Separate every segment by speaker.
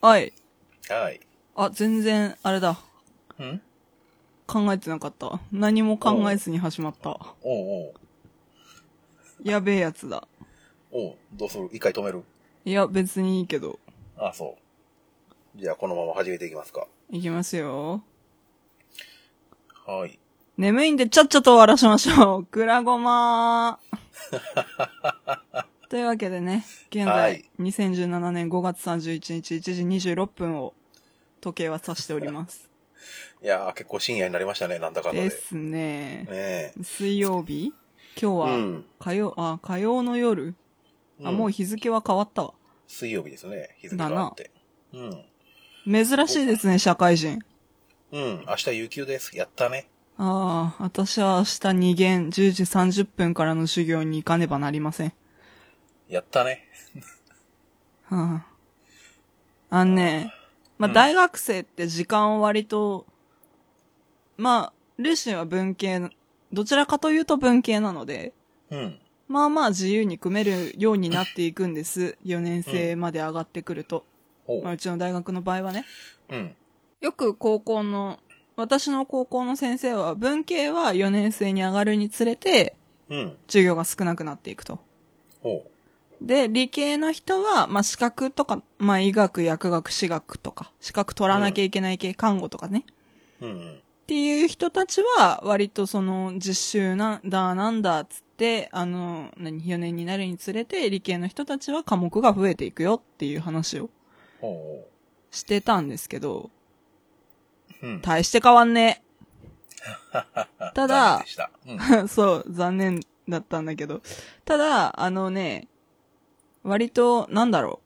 Speaker 1: はい。
Speaker 2: はい。
Speaker 1: あ、全然、あれだ。
Speaker 2: うん
Speaker 1: 考えてなかった。何も考えずに始まった。
Speaker 2: おう
Speaker 1: やべえやつだ。
Speaker 2: おう。おう。どうする一回止める
Speaker 1: いや、別にいいけど。
Speaker 2: あ、そう。じゃあ、このまま始めていきますか。
Speaker 1: いきますよ。
Speaker 2: はい。
Speaker 1: 眠いんでちゃっちゃと終わらしましょう。 グラゴ マー。というわけでね、現在、
Speaker 2: はい
Speaker 1: 2017年5月31日1時26分を時計は指しており ます。
Speaker 2: いやー、結構深夜になりましたね、なんだかんだで。
Speaker 1: で
Speaker 2: ね
Speaker 1: すね。
Speaker 2: え。
Speaker 1: 水曜日今日は、
Speaker 2: うん
Speaker 1: 火曜、あ、火曜の夜、あ、
Speaker 2: うん
Speaker 1: もう日付は変わったわ。
Speaker 2: 水曜日ですね、日付があって。うん。
Speaker 1: 珍しいですね、社会人。
Speaker 2: うん、明日有給です。やったね。
Speaker 1: ああ、私は明日二限、10時30分からの修行に行かねばなりません。
Speaker 2: やったね。
Speaker 1: はあ、あのね、まあ、大学生って時間を割と、まあ、ルシンは文系な、どちらかというと文系なので、
Speaker 2: うん。
Speaker 1: まあまあ自由に組めるようになっていくんです。4年生まで上がってくると。
Speaker 2: お
Speaker 1: まあ、
Speaker 2: う。
Speaker 1: うちの大学の場合はね。
Speaker 2: うん。
Speaker 1: よく高校の、私の高校の先生は、文系は4年生に上がるにつれて、
Speaker 2: うん。
Speaker 1: 授業が少なくなっていくと。
Speaker 2: おう。
Speaker 1: で、理系の人は、まあ、資格とか、まあ、医学、薬学、私学とか、資格取らなきゃいけない系、看護とかね。
Speaker 2: うんうん。
Speaker 1: っていう人たちは、割とその、実習なんだ、なんだ、つって、あの、何、4年になるにつれて、理系の人たちは科目が増えていくよっていう話を
Speaker 2: おうおう。
Speaker 1: してたんですけど、
Speaker 2: うん。
Speaker 1: 大して変わんね ただ
Speaker 2: 残念でしたうん。
Speaker 1: え。 そう、残念だったんだけど。ただ、あのね、割と、なんだろ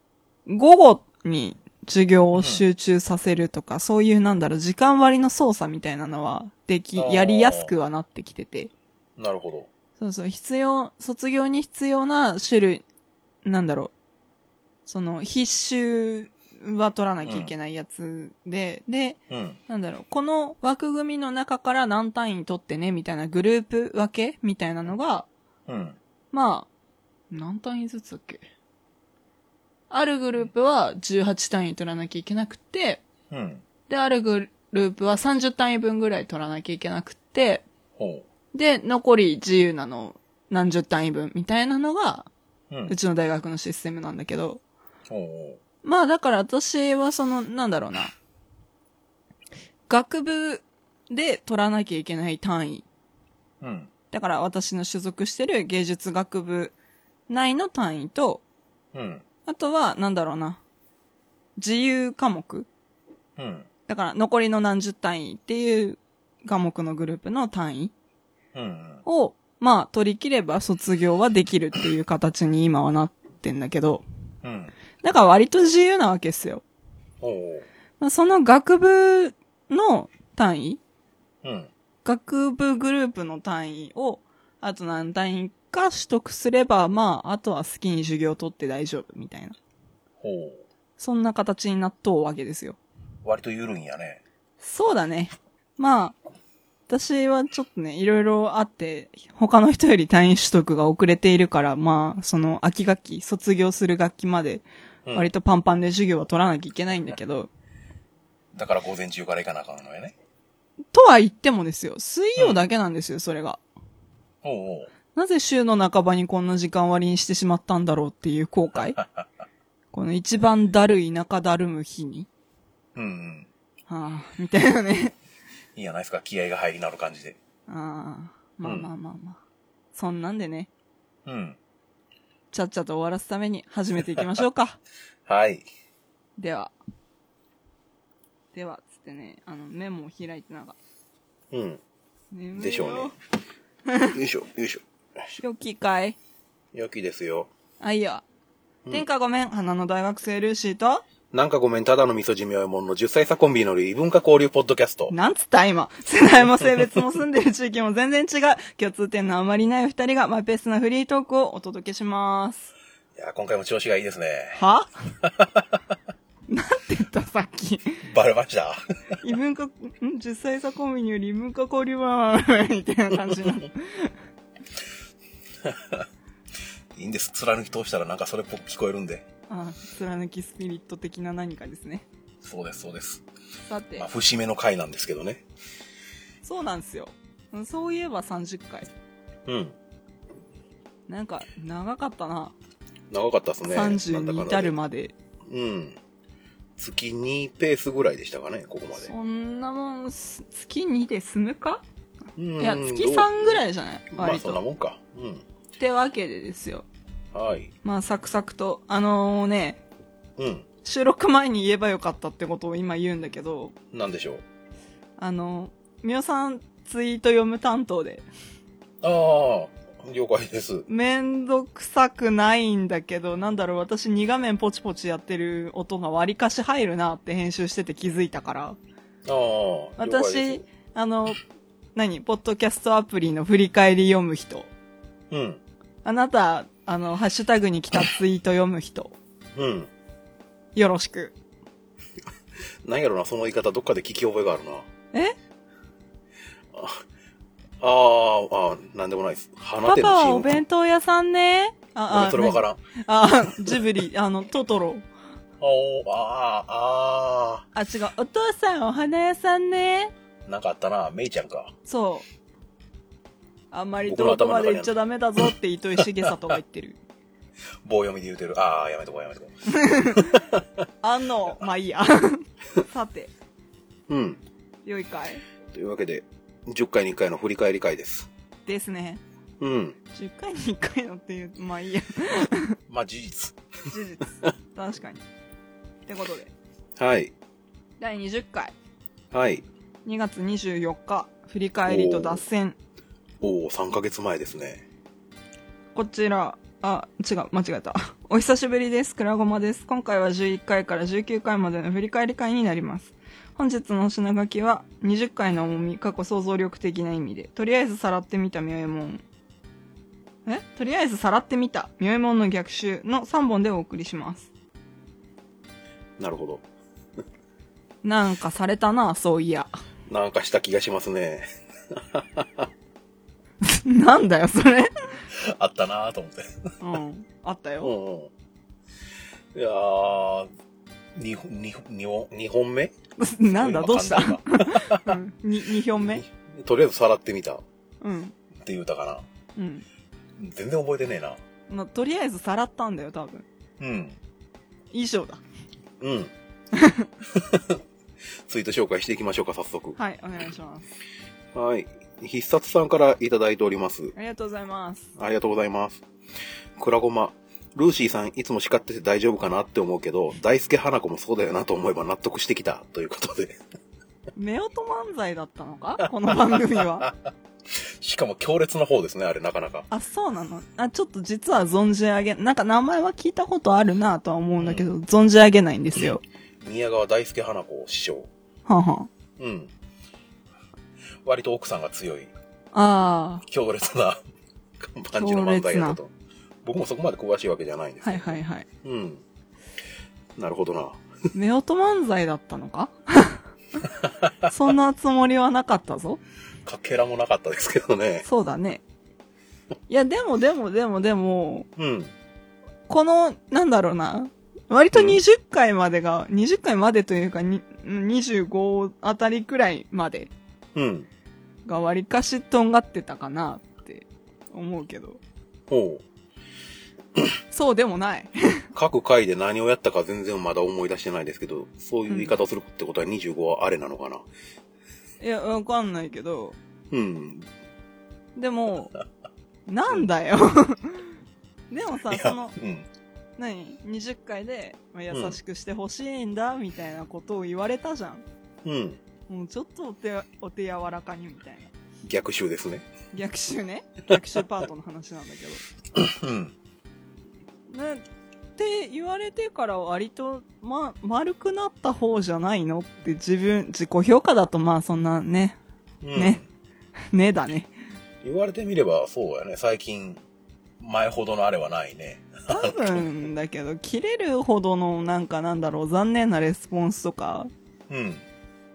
Speaker 1: う、午後に授業を集中させるとか、そういう、なんだろう、時間割の操作みたいなのは、でき、
Speaker 2: あー
Speaker 1: やりやすくはなってきてて。
Speaker 2: なるほど。
Speaker 1: そうそう、必要、卒業に必要な種類、なんだろう。その、必修は取らなきゃいけないやつで、で、
Speaker 2: うん。
Speaker 1: なんだろう、この枠組みの中から何単位取ってね、みたいなグループ分けみたいなのが、
Speaker 2: うん。
Speaker 1: まあ、何単位ずつだっけあるグループは18単位取らなきゃいけなくて、
Speaker 2: うん。
Speaker 1: で、あるグループは30単位分ぐらい取らなきゃいけなくて、
Speaker 2: おう。
Speaker 1: で、残り自由なの何十単位分みたいなのが、
Speaker 2: うん
Speaker 1: う。ちの大学のシステムなんだけど、
Speaker 2: おうおう。
Speaker 1: まあだから私はその、なんだろうな。学部で取らなきゃいけない単位。
Speaker 2: うん。
Speaker 1: だから私の所属してる芸術学部内の単位と、
Speaker 2: うん。
Speaker 1: あとは、なんだろうな。自由科目。
Speaker 2: うん。
Speaker 1: だから残りの何十単位っていう科目のグループの単位
Speaker 2: うん。
Speaker 1: を、まあ取り切れば卒業はできるっていう形に今はなってんだけど、
Speaker 2: うん。
Speaker 1: だから割と自由なわけですよ。
Speaker 2: おうおう。
Speaker 1: まあその学部の単位、
Speaker 2: うん。
Speaker 1: 学部グループの単位を、あと何単位か取得すれば、まあ、あとは好きに授業を取って大丈夫みたいな。
Speaker 2: おう。
Speaker 1: そんな形になっとうわけですよ。
Speaker 2: 割と緩いんやね。
Speaker 1: そうだね。まあ、私はちょっとね、いろいろあって、他の人より単位取得が遅れているから、まあ、その秋学期、卒業する学期まで、
Speaker 2: うん
Speaker 1: 割とパンパンで授業は取らなきゃいけないんだけど、
Speaker 2: だから午前中から行かなあかんのやね。
Speaker 1: とは言ってもですよ、水曜だけなんですよ、それが。
Speaker 2: おうおう。
Speaker 1: なぜ週の半ばにこんな時間割にしてしまったんだろうっていう後 悔この一番だるい中だるむ日に。
Speaker 2: うんうん。
Speaker 1: はあ、みたいなね。
Speaker 2: いいやないですか。気合が入りなる感じで。
Speaker 1: ああ、まあまあまあまあ。そんなんでね、
Speaker 2: うん。
Speaker 1: ちゃっちゃと終わらすために始めていきましょうか。
Speaker 2: はい。
Speaker 1: では。では、つってね、あの、メモを開いてなんかっ
Speaker 2: うん。
Speaker 1: た。眠いよ
Speaker 2: でしょうね。よいしょ、よいしょ。
Speaker 1: 良きかい
Speaker 2: 良きですよ。
Speaker 1: あ、いいよ。天下ごめん、花の大学生ルーシーと、
Speaker 2: なんかごめん、ただの味噌じみおえもんの10歳差コンビによる異文化交流ポッドキャスト。
Speaker 1: なんつった今。世代も性別も住んでる地域も全然違う。共通点のあまりない二人がマイペースなフリートークをお届けします。
Speaker 2: いや、今回も調子がいいですね。
Speaker 1: はなんて言ったさっき。
Speaker 2: バレました。
Speaker 1: 異文化、ん ?10 歳差コンビにより異文化交流は、みたいな感じなの。
Speaker 2: いいんです。貫き通したらなんかそれっぽく聞こえるんで。
Speaker 1: あ、貫きスピリット的な何かです ね。
Speaker 2: そうです、そうです。
Speaker 1: さて
Speaker 2: まあ、、節目の回なんですけどね。
Speaker 1: そうなんですよ。うんそういえば30回。
Speaker 2: うん。
Speaker 1: なんか、長かったな。
Speaker 2: 長かったです
Speaker 1: 30
Speaker 2: ね。なん
Speaker 1: に
Speaker 2: だか
Speaker 1: 至
Speaker 2: んだで
Speaker 1: るまで。
Speaker 2: うん。月2ペースぐらいでしたかね、ここまで。
Speaker 1: そんなもん、す月2で済むか
Speaker 2: うん
Speaker 1: いや、月3ぐらいじゃない
Speaker 2: どうまあ、
Speaker 1: 割
Speaker 2: そ
Speaker 1: と。
Speaker 2: んなもんか。うん。
Speaker 1: ってわけでですよ。
Speaker 2: はい。
Speaker 1: まあ、サクサクと。あのね、
Speaker 2: うん。
Speaker 1: 収録前に言えばよかったってことを今言うんだけど、
Speaker 2: なんでしょう。
Speaker 1: あの、みおさんツイート読む担当で、
Speaker 2: ああ、了解です。
Speaker 1: めんどくさくないんだけど、なんだろう、私2画面ポチポチやってる音が割かし入るなって編集してて気づいたから、
Speaker 2: ああ、了解
Speaker 1: 私
Speaker 2: です、
Speaker 1: あの、何ポッドキャストアプリの振り返り読む人。
Speaker 2: うん。
Speaker 1: あなた、あの、ハッシュタグに来たツイート読む人。
Speaker 2: うん。
Speaker 1: よろしく。
Speaker 2: なんやろな、その言い方、どっかで聞き覚えがあるな。
Speaker 1: え
Speaker 2: ああ、ああ、なんでもないです。
Speaker 1: パ
Speaker 2: 花手
Speaker 1: パ
Speaker 2: の
Speaker 1: は
Speaker 2: チー
Speaker 1: お
Speaker 2: ムか
Speaker 1: 弁当屋さんね。
Speaker 2: ご
Speaker 1: あ
Speaker 2: めんそれわからん。あ
Speaker 1: あ、ジブリ、あの、トトロ。
Speaker 2: おああ、あ
Speaker 1: あ、違う。お父さん、お花屋さんね。
Speaker 2: あ、なんかあったな、メイちゃんか。
Speaker 1: そう。あんまり遠くまで行っちゃダメだぞって糸井重里が言ってる。
Speaker 2: 棒読みで言うてる。ああ、やめとこう、やめとこ
Speaker 1: あの、まあいいや。 さて、
Speaker 2: う。うん。
Speaker 1: 良いかい
Speaker 2: というわけで、10回に1回の振り返り会です。
Speaker 1: ですね。
Speaker 2: うん。
Speaker 1: 10回に1回のっていう、まあいいや。
Speaker 2: まあ、事実。
Speaker 1: 事実。確かに。ってことで、
Speaker 2: はい。
Speaker 1: 第20回、
Speaker 2: はい。
Speaker 1: 2月24日、振り返りと脱線。
Speaker 2: おお、3ヶ月前ですね。
Speaker 1: こちら、あ、違う、間違えた。 お久しぶりです。くらごまです。今回は11回から19回までの振り返り会になります。本日のお品書きは、20回の重み、過去想像力的な意味で、とりあえずさらってみた妙右衛門。えとりあえずさらってみた妙右衛門の逆襲の3本でお送りします。
Speaker 2: なるほど。
Speaker 1: なんかされたな、そういや。
Speaker 2: なんかした気がしますね。
Speaker 1: なんだよ、それ。
Speaker 2: あったなーと思って。
Speaker 1: うん。あった よ。
Speaker 2: うんうん。いやー、2本、二本二本、二本目
Speaker 1: なんだ、どうした
Speaker 2: 今簡単だ
Speaker 1: うんに ?2 票目
Speaker 2: とりあえずさらってみたっ
Speaker 1: うん。
Speaker 2: て言うたかな。
Speaker 1: うん。
Speaker 2: 全然覚えてねえな。
Speaker 1: まあ、とりあえずさらったんだよ、多分。
Speaker 2: うん。
Speaker 1: 以上だ。
Speaker 2: うん。 ツイート紹介していきましょうか、早速。
Speaker 1: はい、お願いします。
Speaker 2: はい。必殺さんからいただいております。
Speaker 1: ありがとうございます。
Speaker 2: ありがとうございます。くらごま。ルーシーさん、いつも叱ってて大丈夫かなって思うけど、大輔花子もそうだよなと思えば納得してきた。ということで。
Speaker 1: 夫婦漫才だったのかこの番組は。
Speaker 2: しかも強烈な方ですね、あれ、なかなか。
Speaker 1: あ、そうなのあ、ちょっと実は存じ上げ、なんか名前は聞いたことあるなとは思うんだけど、存じ上げないんですよ。
Speaker 2: 宮川大輔花子師匠。
Speaker 1: はんはん。
Speaker 2: うん。割と奥さんが強い、
Speaker 1: あ
Speaker 2: 強烈な 感じの漫才やったと。僕もそこまで詳しいわけじゃないんです
Speaker 1: あ、は
Speaker 2: け
Speaker 1: い
Speaker 2: ど
Speaker 1: はいはい。
Speaker 2: うん。なるほどな。
Speaker 1: 夫婦漫才だったのかそんなつもりはなかったぞ。
Speaker 2: かけらもなかったですけどね。
Speaker 1: そうだね。いや、でもでもでもでも、
Speaker 2: うん。
Speaker 1: この、なんだろうな。割と20回までが、20回までというか、に25あたりくらいまで
Speaker 2: うん。
Speaker 1: が割かしとんがってたかなって思うけど。
Speaker 2: ほう。
Speaker 1: そうでもない。
Speaker 2: 各回で何をやったか全然まだ思い出してないですけど、そういう言い方をするってことは25はあれなのかな。
Speaker 1: いや、わかんないけど。
Speaker 2: うん。
Speaker 1: でも、なんだ よ。でもさ
Speaker 2: い、や、
Speaker 1: そうの、
Speaker 2: ん。
Speaker 1: 何 ?20 回で、まあ優しくしてほしいんだ、みたいなことを言われたじゃん。
Speaker 2: うん。
Speaker 1: もうちょっとお手、お手柔らかにみたいな。
Speaker 2: 逆襲ですね。
Speaker 1: 逆襲 ね。逆襲パートの話なんだけど。
Speaker 2: うん。
Speaker 1: ね、って言われてから割と、ま、丸くなった方じゃないのって自分、自己評価だとまあそんなね、
Speaker 2: うん
Speaker 1: ねねだね。
Speaker 2: 言われてみればそうやね。最近、前ほどのあれはないね。
Speaker 1: 多分だけど、切れるほどのなんかなんだろう、残念なレスポンスとか、
Speaker 2: うん。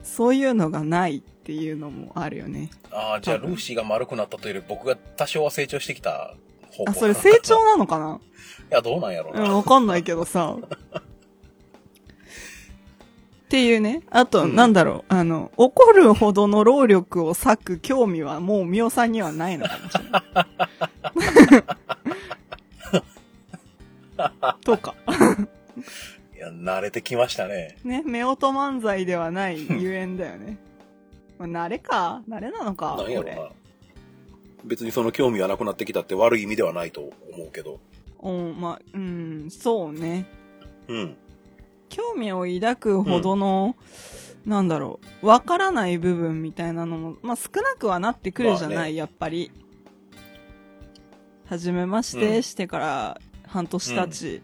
Speaker 1: そういうのがないっていうのもあるよね。
Speaker 2: ああ、じゃあ
Speaker 1: 多
Speaker 2: ル
Speaker 1: 分
Speaker 2: ーシーが丸くなったというより僕が多少は成長してきた方向
Speaker 1: あ、それ成長なのかない
Speaker 2: や、どうなんやろう
Speaker 1: う
Speaker 2: な。
Speaker 1: ん、わかんないけどさ。っていうね。あと、
Speaker 2: うん
Speaker 1: なんだろう、あの、怒るほどの労力を割く興味はもうミオさんにはないのかもしれ ない。とか。
Speaker 2: いや、慣れてきましたね。
Speaker 1: ね、夫婦漫才ではないゆえんだよね。まあ、慣れか慣れなのか
Speaker 2: なんやろう
Speaker 1: こ
Speaker 2: な。別にその興味がなくなってきたって悪い意味ではないと思うけど。
Speaker 1: れうん、まあ、うん、そうね。
Speaker 2: うん。
Speaker 1: 興味を抱くほどの、なんだろう、わからない部分みたいなのも、まあ、少なくはなってくるじゃない、
Speaker 2: まあね
Speaker 1: やっぱり。初めまして、
Speaker 2: うん
Speaker 1: してから半年経ち、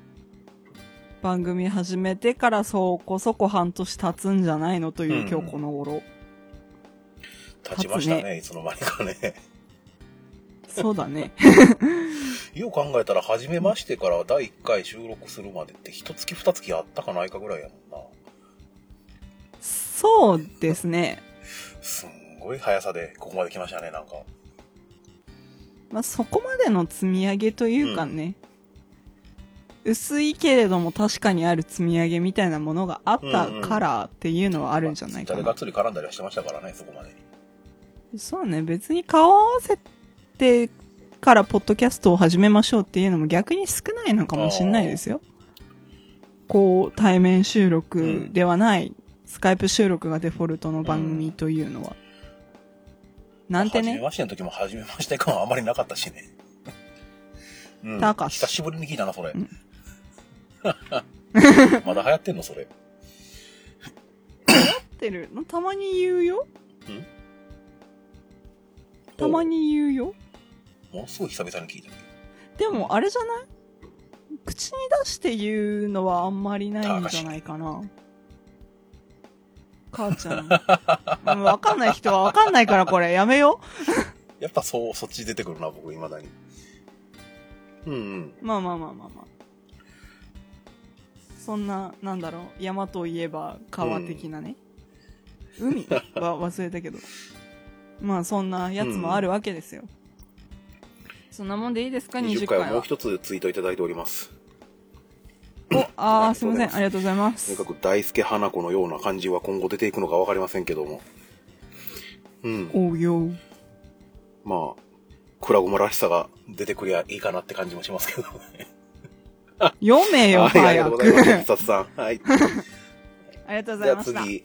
Speaker 1: 番組始めてからそこそこ半年経つんじゃないのという、
Speaker 2: うん
Speaker 1: 今日この頃。
Speaker 2: 立ちましたね、いつの間にかね。
Speaker 1: そうだね。
Speaker 2: よう考えたら、初めましてから第1回収録するまでって、一月二月あったかないかぐらいやもん
Speaker 1: そうですね。
Speaker 2: な。すんごい速さで、ここまで来ましたね、なんか。
Speaker 1: まあ、そこまでの積み上げというかね、薄いけれども確かにある積み上げみたいなものがあったからっていうのはあるんじゃないか
Speaker 2: 誰
Speaker 1: な。
Speaker 2: がっつり絡んだりはしてましたからね、そこまでに。
Speaker 1: そうね、別に顔を合わせてからポッドキャストを始めましょうっていうのも逆に少ないのかもしれないですよ。こう、対面収録ではない、スカイプ収録がデフォルトの番組というのは。なんて
Speaker 2: 初め
Speaker 1: ね、
Speaker 2: ましての時も初めまして感はあまりなかったし ね。うん、
Speaker 1: たかし
Speaker 2: 久しぶりに聞いたな、それ。 まだ流行ってんの、それ。
Speaker 1: 合ってるたまに言うよたま
Speaker 2: に。
Speaker 1: に言うよ
Speaker 2: ものすごい久々に聞いたけど。
Speaker 1: でもあれじゃない口に出して言うのはあんまりないんじゃないかな。母ちゃん。うんわかんない人はわかんないからこれやめよ
Speaker 2: やっぱそう、そっち出てくるな、僕、未だに。うんうん。
Speaker 1: う。まあまあまあまあまあ。そんな、なんだろう、山といえば川的なね。海は忘れたけど。まあそんなやつもあるわけですよ。そんなもんでいいですか ?20
Speaker 2: 20
Speaker 1: 回
Speaker 2: 回
Speaker 1: は。
Speaker 2: はもう一つツイートいただいております。
Speaker 1: お、あ
Speaker 2: あ
Speaker 1: ーすいません。ありがとうございます。
Speaker 2: とにかく大輔花子のような感じは今後出ていくのかわかりませんけども。うん。
Speaker 1: おうよう。
Speaker 2: まあ、クラゴマらしさが出てくりゃいいかなって感じもしますけどね。
Speaker 1: 読めよ、
Speaker 2: はい、あり
Speaker 1: 早
Speaker 2: がと
Speaker 1: く
Speaker 2: うござい。ます。必殺さん。はい。
Speaker 1: ありがとうござ
Speaker 2: じ
Speaker 1: い
Speaker 2: ゃあ
Speaker 1: ました。
Speaker 2: 次。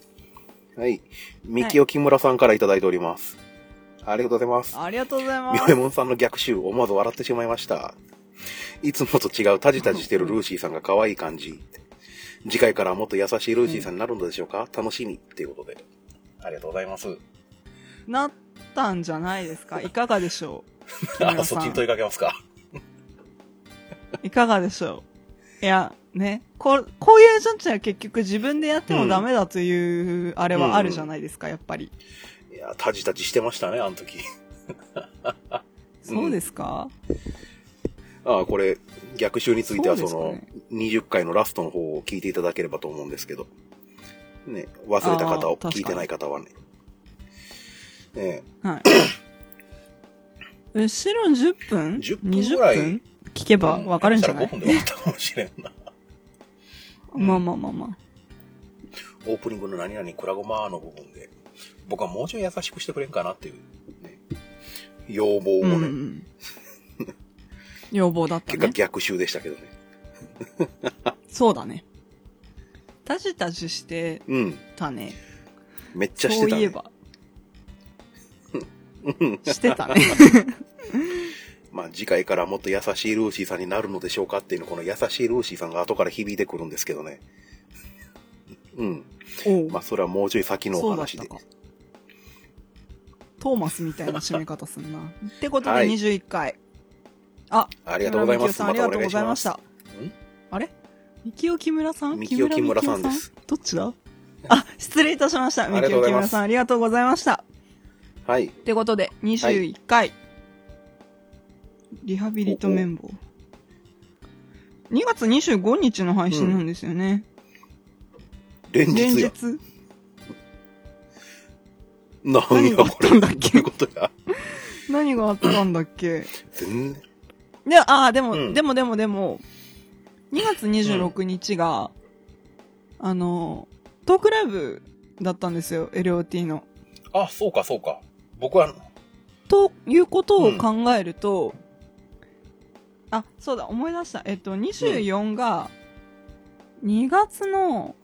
Speaker 2: はい。三木木村さんからいただいております。ありがとうございます。
Speaker 1: ありがとうございま
Speaker 2: み
Speaker 1: す
Speaker 2: よえ。もんさんの逆襲、思わず笑ってしまいました。いつもと違うタジタジしてるルーシーさんが可愛い感じ。次回からもっと優しいルーシーさんになるのでしょうか、楽しみ。っていうことで。ありがとうございます。
Speaker 1: なったんじゃないですかいかがでしょう木
Speaker 2: あ、
Speaker 1: 村
Speaker 2: そ
Speaker 1: さ
Speaker 2: っちに問
Speaker 1: ん。
Speaker 2: いかけますか。
Speaker 1: いかがでしょういや、ね。こう、こういうジャンチは結局自分でやってもダメだという、あれはあるじゃないですか、やっぱり。
Speaker 2: いや、タジタジしてましたね、あの時。
Speaker 1: そうですか、
Speaker 2: あこれ、逆襲についてはそ
Speaker 1: そう
Speaker 2: の
Speaker 1: ですか、
Speaker 2: 20回のラストの方を聞いていただければと思うんですけど。ね、忘れた方
Speaker 1: あー確
Speaker 2: を、
Speaker 1: かに
Speaker 2: 聞いてない方はね。ね
Speaker 1: はい。 後ろ10分
Speaker 2: 10分ぐらい
Speaker 1: 20分聞けばわかるんじゃない、
Speaker 2: そしたら5分で終わったかもしれんな。
Speaker 1: まあまあまあまあ。
Speaker 2: オープニングの何々クラゴマーの部分で、僕はもうちょい優しくしてくれんかなっていう、ね、要望を
Speaker 1: うん、う
Speaker 2: ね、
Speaker 1: ん。要望だった
Speaker 2: 結
Speaker 1: ね
Speaker 2: 果。逆襲でしたけどね。
Speaker 1: そうだね。タジタジして
Speaker 2: うん。
Speaker 1: たね。
Speaker 2: めっちゃして
Speaker 1: そ
Speaker 2: た、ね。
Speaker 1: ういえ ば。して たね。
Speaker 2: まあ次回からもっと優しいルーシーさんになるのでしょうかっていうの、この優しいルーシーさんが後から響いてくるんですけどね。うん。
Speaker 1: おう
Speaker 2: まあそれはもうちょい先のお
Speaker 1: そうだっ
Speaker 2: 話
Speaker 1: た
Speaker 2: で。
Speaker 1: か。トーマスみたいな締め方すん な。ってこと
Speaker 2: は
Speaker 1: で
Speaker 2: い
Speaker 1: 21回。あ、
Speaker 2: ありがとうございます
Speaker 1: 木村美紀夫さんありがとうございまし
Speaker 2: ま
Speaker 1: た。あれみきお木村さん
Speaker 2: みきお木村さん
Speaker 1: 木
Speaker 2: です
Speaker 1: どっちだあ、失礼いたしました。
Speaker 2: り
Speaker 1: み
Speaker 2: が
Speaker 1: き
Speaker 2: とう
Speaker 1: お
Speaker 2: ござ
Speaker 1: 木
Speaker 2: います
Speaker 1: 村さんありがとうございました。
Speaker 2: はい。
Speaker 1: ってことで、21回、リハビリと綿棒。2月25日の配信なんですよね。
Speaker 2: 連
Speaker 1: 連日
Speaker 2: 日や。。なん
Speaker 1: 何があ
Speaker 2: や
Speaker 1: っ
Speaker 2: こ
Speaker 1: た
Speaker 2: れ。
Speaker 1: んだっけ
Speaker 2: どういうことや。
Speaker 1: 何があったんだっけ
Speaker 2: 全然。
Speaker 1: で、ああ、でも、
Speaker 2: うん
Speaker 1: でもでもでも、2月26日が、あの、トークライブだったんですよ、LOT の。
Speaker 2: あ、そうか、そうか。僕は、
Speaker 1: ということを考えると、あ、そうだ、思い出した。えっと、24が、2月の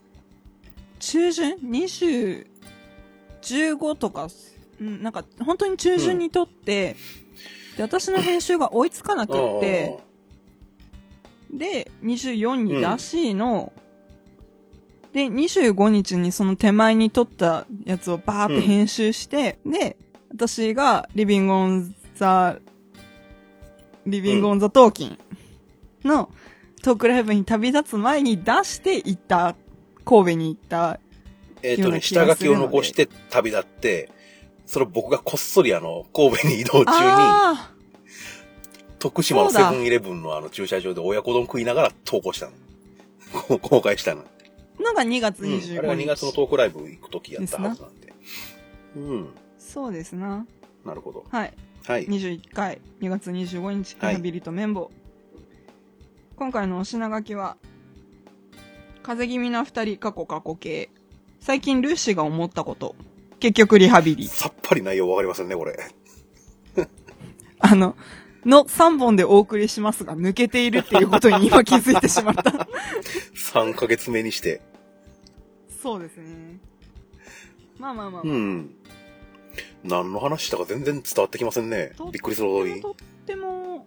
Speaker 1: 中旬 ?20、15とか、うん、なんか、本当に中旬に撮って、で、私の編集が追いつかなくって、で、24に出しの、で、25日にその手前に撮ったやつをバーって編集して、で、私がリビングオンザ、リビングオンザトーキンのトークライブに旅立つ前に出して行った、神戸に行った、
Speaker 2: えっ、
Speaker 1: よ
Speaker 2: と
Speaker 1: うな
Speaker 2: ね、
Speaker 1: 気が
Speaker 2: 下
Speaker 1: するので
Speaker 2: 書きを残して旅立って、それを僕がこっそりあの、神戸に移動中に、
Speaker 1: あ
Speaker 2: 徳島の
Speaker 1: そ
Speaker 2: セ
Speaker 1: うだ
Speaker 2: ブンイレブンのあの駐車場で親子丼食いながら投稿したの。こう公開したの。
Speaker 1: あ、なんか2月
Speaker 2: うん。
Speaker 1: 25日。
Speaker 2: あれが2月のトークライブ行くときやったはずなんで。うん。
Speaker 1: そうですな。
Speaker 2: なるほど。
Speaker 1: はい。
Speaker 2: はい。
Speaker 1: 21回2月25日
Speaker 2: は
Speaker 1: リ
Speaker 2: い
Speaker 1: ハビリと綿棒、今回のお品書きは風邪気味な2人過去過去形最近ルーシーが思ったこと結局リハビリ
Speaker 2: さっぱり内容わかりませんね、これ。
Speaker 1: あのの3本でお送りしますが抜けているっていうことに今気づいてしまった
Speaker 2: 3ヶ月目にして。
Speaker 1: そうですねまあまあまあ、
Speaker 2: う
Speaker 1: まあ
Speaker 2: ん。何の話したか全然伝わってきませんね
Speaker 1: と。
Speaker 2: びっくりするほどに
Speaker 1: と。っても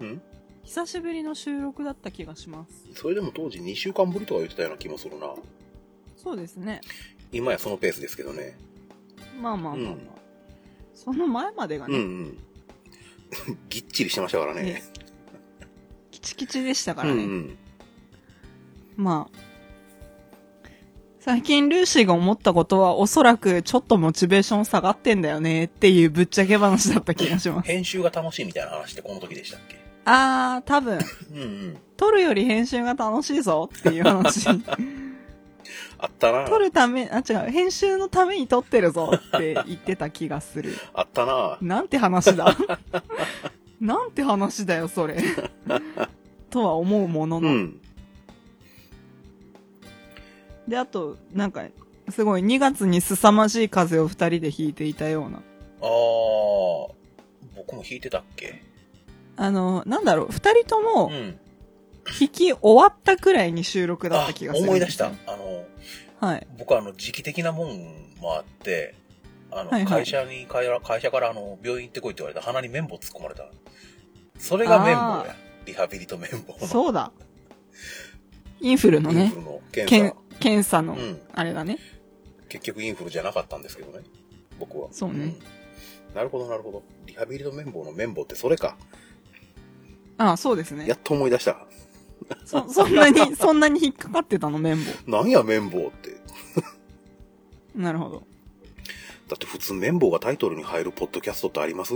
Speaker 2: うん。
Speaker 1: 久しぶりの収録だった気がします
Speaker 2: それでも当時2週間ぶりとか言ってたような気もするな。
Speaker 1: そうですね
Speaker 2: 今やそのペースですけどね。
Speaker 1: まあまあまあまあ、
Speaker 2: うん
Speaker 1: その前までが
Speaker 2: うん
Speaker 1: ね、
Speaker 2: うん。 ぎっちりしてましたからね。
Speaker 1: ねキチキチでしたか
Speaker 2: うん
Speaker 1: ら
Speaker 2: う
Speaker 1: ね、
Speaker 2: ん。
Speaker 1: まあ。最近ルーシーが思ったことはおそらくちょっとモチベーション下がってんだよねっていうぶっちゃけ話だった気がし ます。
Speaker 2: 編集が楽しいみたいな話ってこの時でしたっけ
Speaker 1: あー、多分、
Speaker 2: うんうん。
Speaker 1: 撮るより編集が楽しいぞっていう 話。
Speaker 2: あったな
Speaker 1: 撮るため、あ、違う、編集のために撮ってるぞって言ってた気がする。
Speaker 2: あったな
Speaker 1: なんて話 だなんて話だよ、それ。とは思うもの
Speaker 2: う
Speaker 1: の。
Speaker 2: ん。
Speaker 1: で、あと、なんか、すごい2月に凄まじい風を2人で弾いていたような。
Speaker 2: あー、僕も弾いてたっけ
Speaker 1: あの、なんだろう、二人と
Speaker 2: う
Speaker 1: も
Speaker 2: ん。
Speaker 1: 弾き終わったくらいに収録だっ
Speaker 2: あ
Speaker 1: た気が、する。
Speaker 2: 思い出した。あの、
Speaker 1: はい。
Speaker 2: 僕はあの、時期的なもんもあって、あの、
Speaker 1: はいはい
Speaker 2: 会社に帰ら、会社からあの、病院行ってこいって言われて鼻に綿棒突っ込まれた。それが綿棒や。リハビリと綿棒の。
Speaker 1: そうだ。インフルの
Speaker 2: イン
Speaker 1: ね
Speaker 2: フ、ルの検
Speaker 1: けん
Speaker 2: 査。
Speaker 1: 検査の
Speaker 2: う、ん。
Speaker 1: あれだね。
Speaker 2: 結局インフルじゃなかったんですけどね僕は
Speaker 1: そうね
Speaker 2: うんなるほどなるほどリハビリと綿棒の綿棒ってそれか
Speaker 1: ああ、そうですね
Speaker 2: や。っと思い出した
Speaker 1: そ、そんなに、 そんなに引っかかってたの、綿棒。
Speaker 2: なんや綿棒って
Speaker 1: なるほど。
Speaker 2: だって普通綿棒がタイトルに入るポッドキャストってあります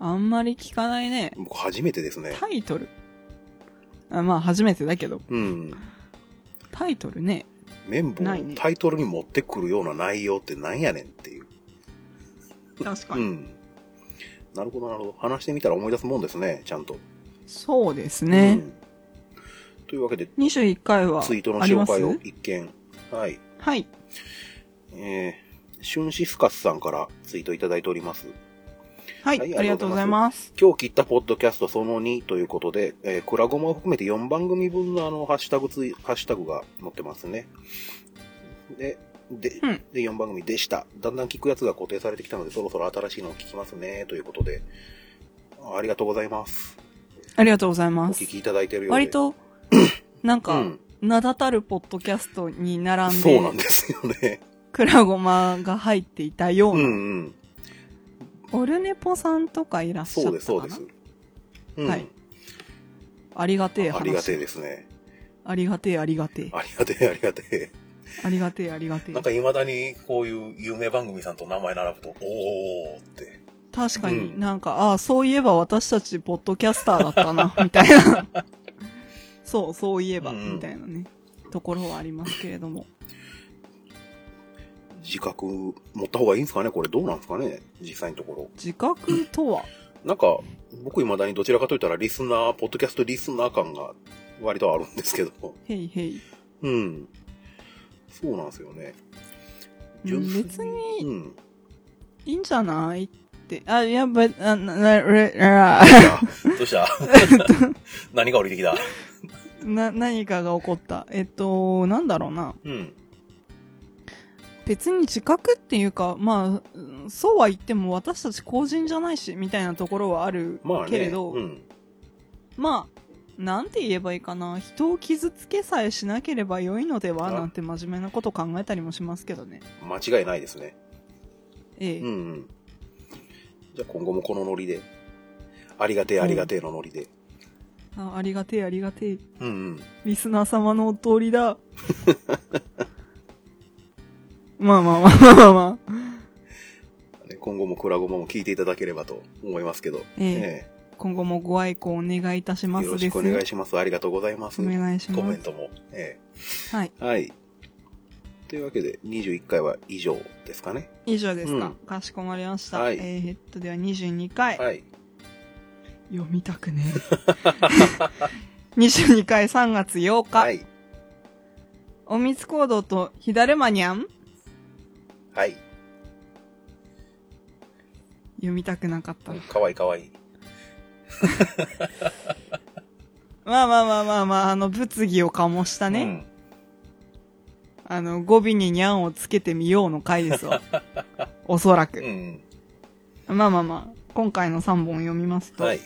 Speaker 1: あんまり聞かないね。
Speaker 2: 僕初めてですね
Speaker 1: タイトル。あまあ、初めてだけど、
Speaker 2: うん
Speaker 1: タイトルね。
Speaker 2: 綿棒を
Speaker 1: ないね
Speaker 2: タイトルに持ってくるような内容ってなんやねんっていう、
Speaker 1: 確か
Speaker 2: う
Speaker 1: に。
Speaker 2: んなるほどなるほど話してみたら思い出すもんですねちゃんと
Speaker 1: そうですね
Speaker 2: う。んというわけで
Speaker 1: 21回は、
Speaker 2: ツイートの
Speaker 1: あり
Speaker 2: 紹
Speaker 1: ます
Speaker 2: 介を一見はい
Speaker 1: はい。
Speaker 2: えー、シュンシスカスさんからツイートいただいております。
Speaker 1: は
Speaker 2: はい
Speaker 1: い、ありがとうございます。
Speaker 2: 今日切ったポッドキャストその2ということで、えー、クラゴマを含めて4番組分のあの、ハッシュタグツイ、ハッシュタグが載ってますね。で、で、
Speaker 1: うん
Speaker 2: で4番組でした。だんだん聞くやつが固定されてきたので、そろそろ新しいのを聞きますね、ということで。ありがとうございます。
Speaker 1: ありがとうござい
Speaker 2: お
Speaker 1: ます
Speaker 2: 聞。きいただいてるようで。
Speaker 1: 割 と、なん
Speaker 2: う
Speaker 1: か、
Speaker 2: ん
Speaker 1: 名だたるポッドキャストに並ん
Speaker 2: そうなん
Speaker 1: で、
Speaker 2: ですよね。
Speaker 1: クラゴマが入っていたよ
Speaker 2: う
Speaker 1: うな、
Speaker 2: んうん。
Speaker 1: オルネポさんとかいらっしゃった
Speaker 2: そう
Speaker 1: か
Speaker 2: で
Speaker 1: な
Speaker 2: す、そうです。うん。
Speaker 1: はいありがてえ話。
Speaker 2: ありがてえですね。
Speaker 1: ありがてえ、ありがてえ。
Speaker 2: ありがてえ、ありがてえ。
Speaker 1: ありがてえ、ありがてえ
Speaker 2: なん。か未だにこういう有名番組さんと名前並ぶと、おーって。
Speaker 1: 確か
Speaker 2: う
Speaker 1: に
Speaker 2: ん
Speaker 1: なんか、ああ、そういえば私たちポッドキャスターだった な、みたいな。そう、そういえば、
Speaker 2: うん
Speaker 1: みたいなね。ところはありますけれども。
Speaker 2: 自覚持った方がいいんですかねこれどうなんですかね実際のところ。
Speaker 1: 自覚とは
Speaker 2: なんか、僕未だにどちらかといったらリスナー、ポッドキャストリスナー感が割とあるんですけど。
Speaker 1: へいへい。
Speaker 2: うん。そうなんですよね。
Speaker 1: うん
Speaker 2: 純
Speaker 1: 別
Speaker 2: 粋
Speaker 1: に
Speaker 2: うん。
Speaker 1: いいんじゃないって。あ、いや、ば、あ、な、な、れあ
Speaker 2: あどうした 何が降りてきた
Speaker 1: な、何かが起こった。えっと、なんだろうな。
Speaker 2: うん。
Speaker 1: 別に自覚っていうか、まあうん、そうは言っても私たち公人じゃないし、みたいなところはある
Speaker 2: まあね。
Speaker 1: けれど、
Speaker 2: うん。
Speaker 1: まあ、なんて言えばいいかな。人を傷つけさえしなければ良いのでは
Speaker 2: あ
Speaker 1: なんて真面目なこと考えたりもしますけどね。
Speaker 2: 間違いないですね。
Speaker 1: ええ
Speaker 2: うん、うん。じゃあ今後もこのノリで。ありがてえありがてえのノリで。
Speaker 1: あ。ありがてえ、ありがてえ。
Speaker 2: うんうん。
Speaker 1: リスナー様のお通りだ。 まあまあまあまあまあまあ。
Speaker 2: ね今後もクラゴマも聞いていただければと思いますけど。
Speaker 1: ええ
Speaker 2: ね
Speaker 1: 今後もご愛顧お願いいたします
Speaker 2: よろ
Speaker 1: です
Speaker 2: しくお願い
Speaker 1: し
Speaker 2: します。ありがとうございます。
Speaker 1: お願いし
Speaker 2: コメ
Speaker 1: ま
Speaker 2: ン
Speaker 1: す。
Speaker 2: トも。え
Speaker 1: はい。
Speaker 2: えはい。というわけで、21回は以上ですかね。
Speaker 1: 以上ですか。
Speaker 2: うん
Speaker 1: かしこまりました。
Speaker 2: はい
Speaker 1: えー、ヘッドでは22回。
Speaker 2: はい。
Speaker 1: 読みた くねえ。22回3月8日。
Speaker 2: はい。
Speaker 1: おみつ行動と火だるまにゃん
Speaker 2: はい。
Speaker 1: 読みたくなかった。
Speaker 2: かわいいかわいい。
Speaker 1: まあまあまあまあまあ、あの、物議を醸したね。
Speaker 2: うん。
Speaker 1: あの、語尾ににゃんをつけてみようの回です わ。おそらく
Speaker 2: う。ん
Speaker 1: まあまあまあ、今回の3本読みますと、
Speaker 2: はい。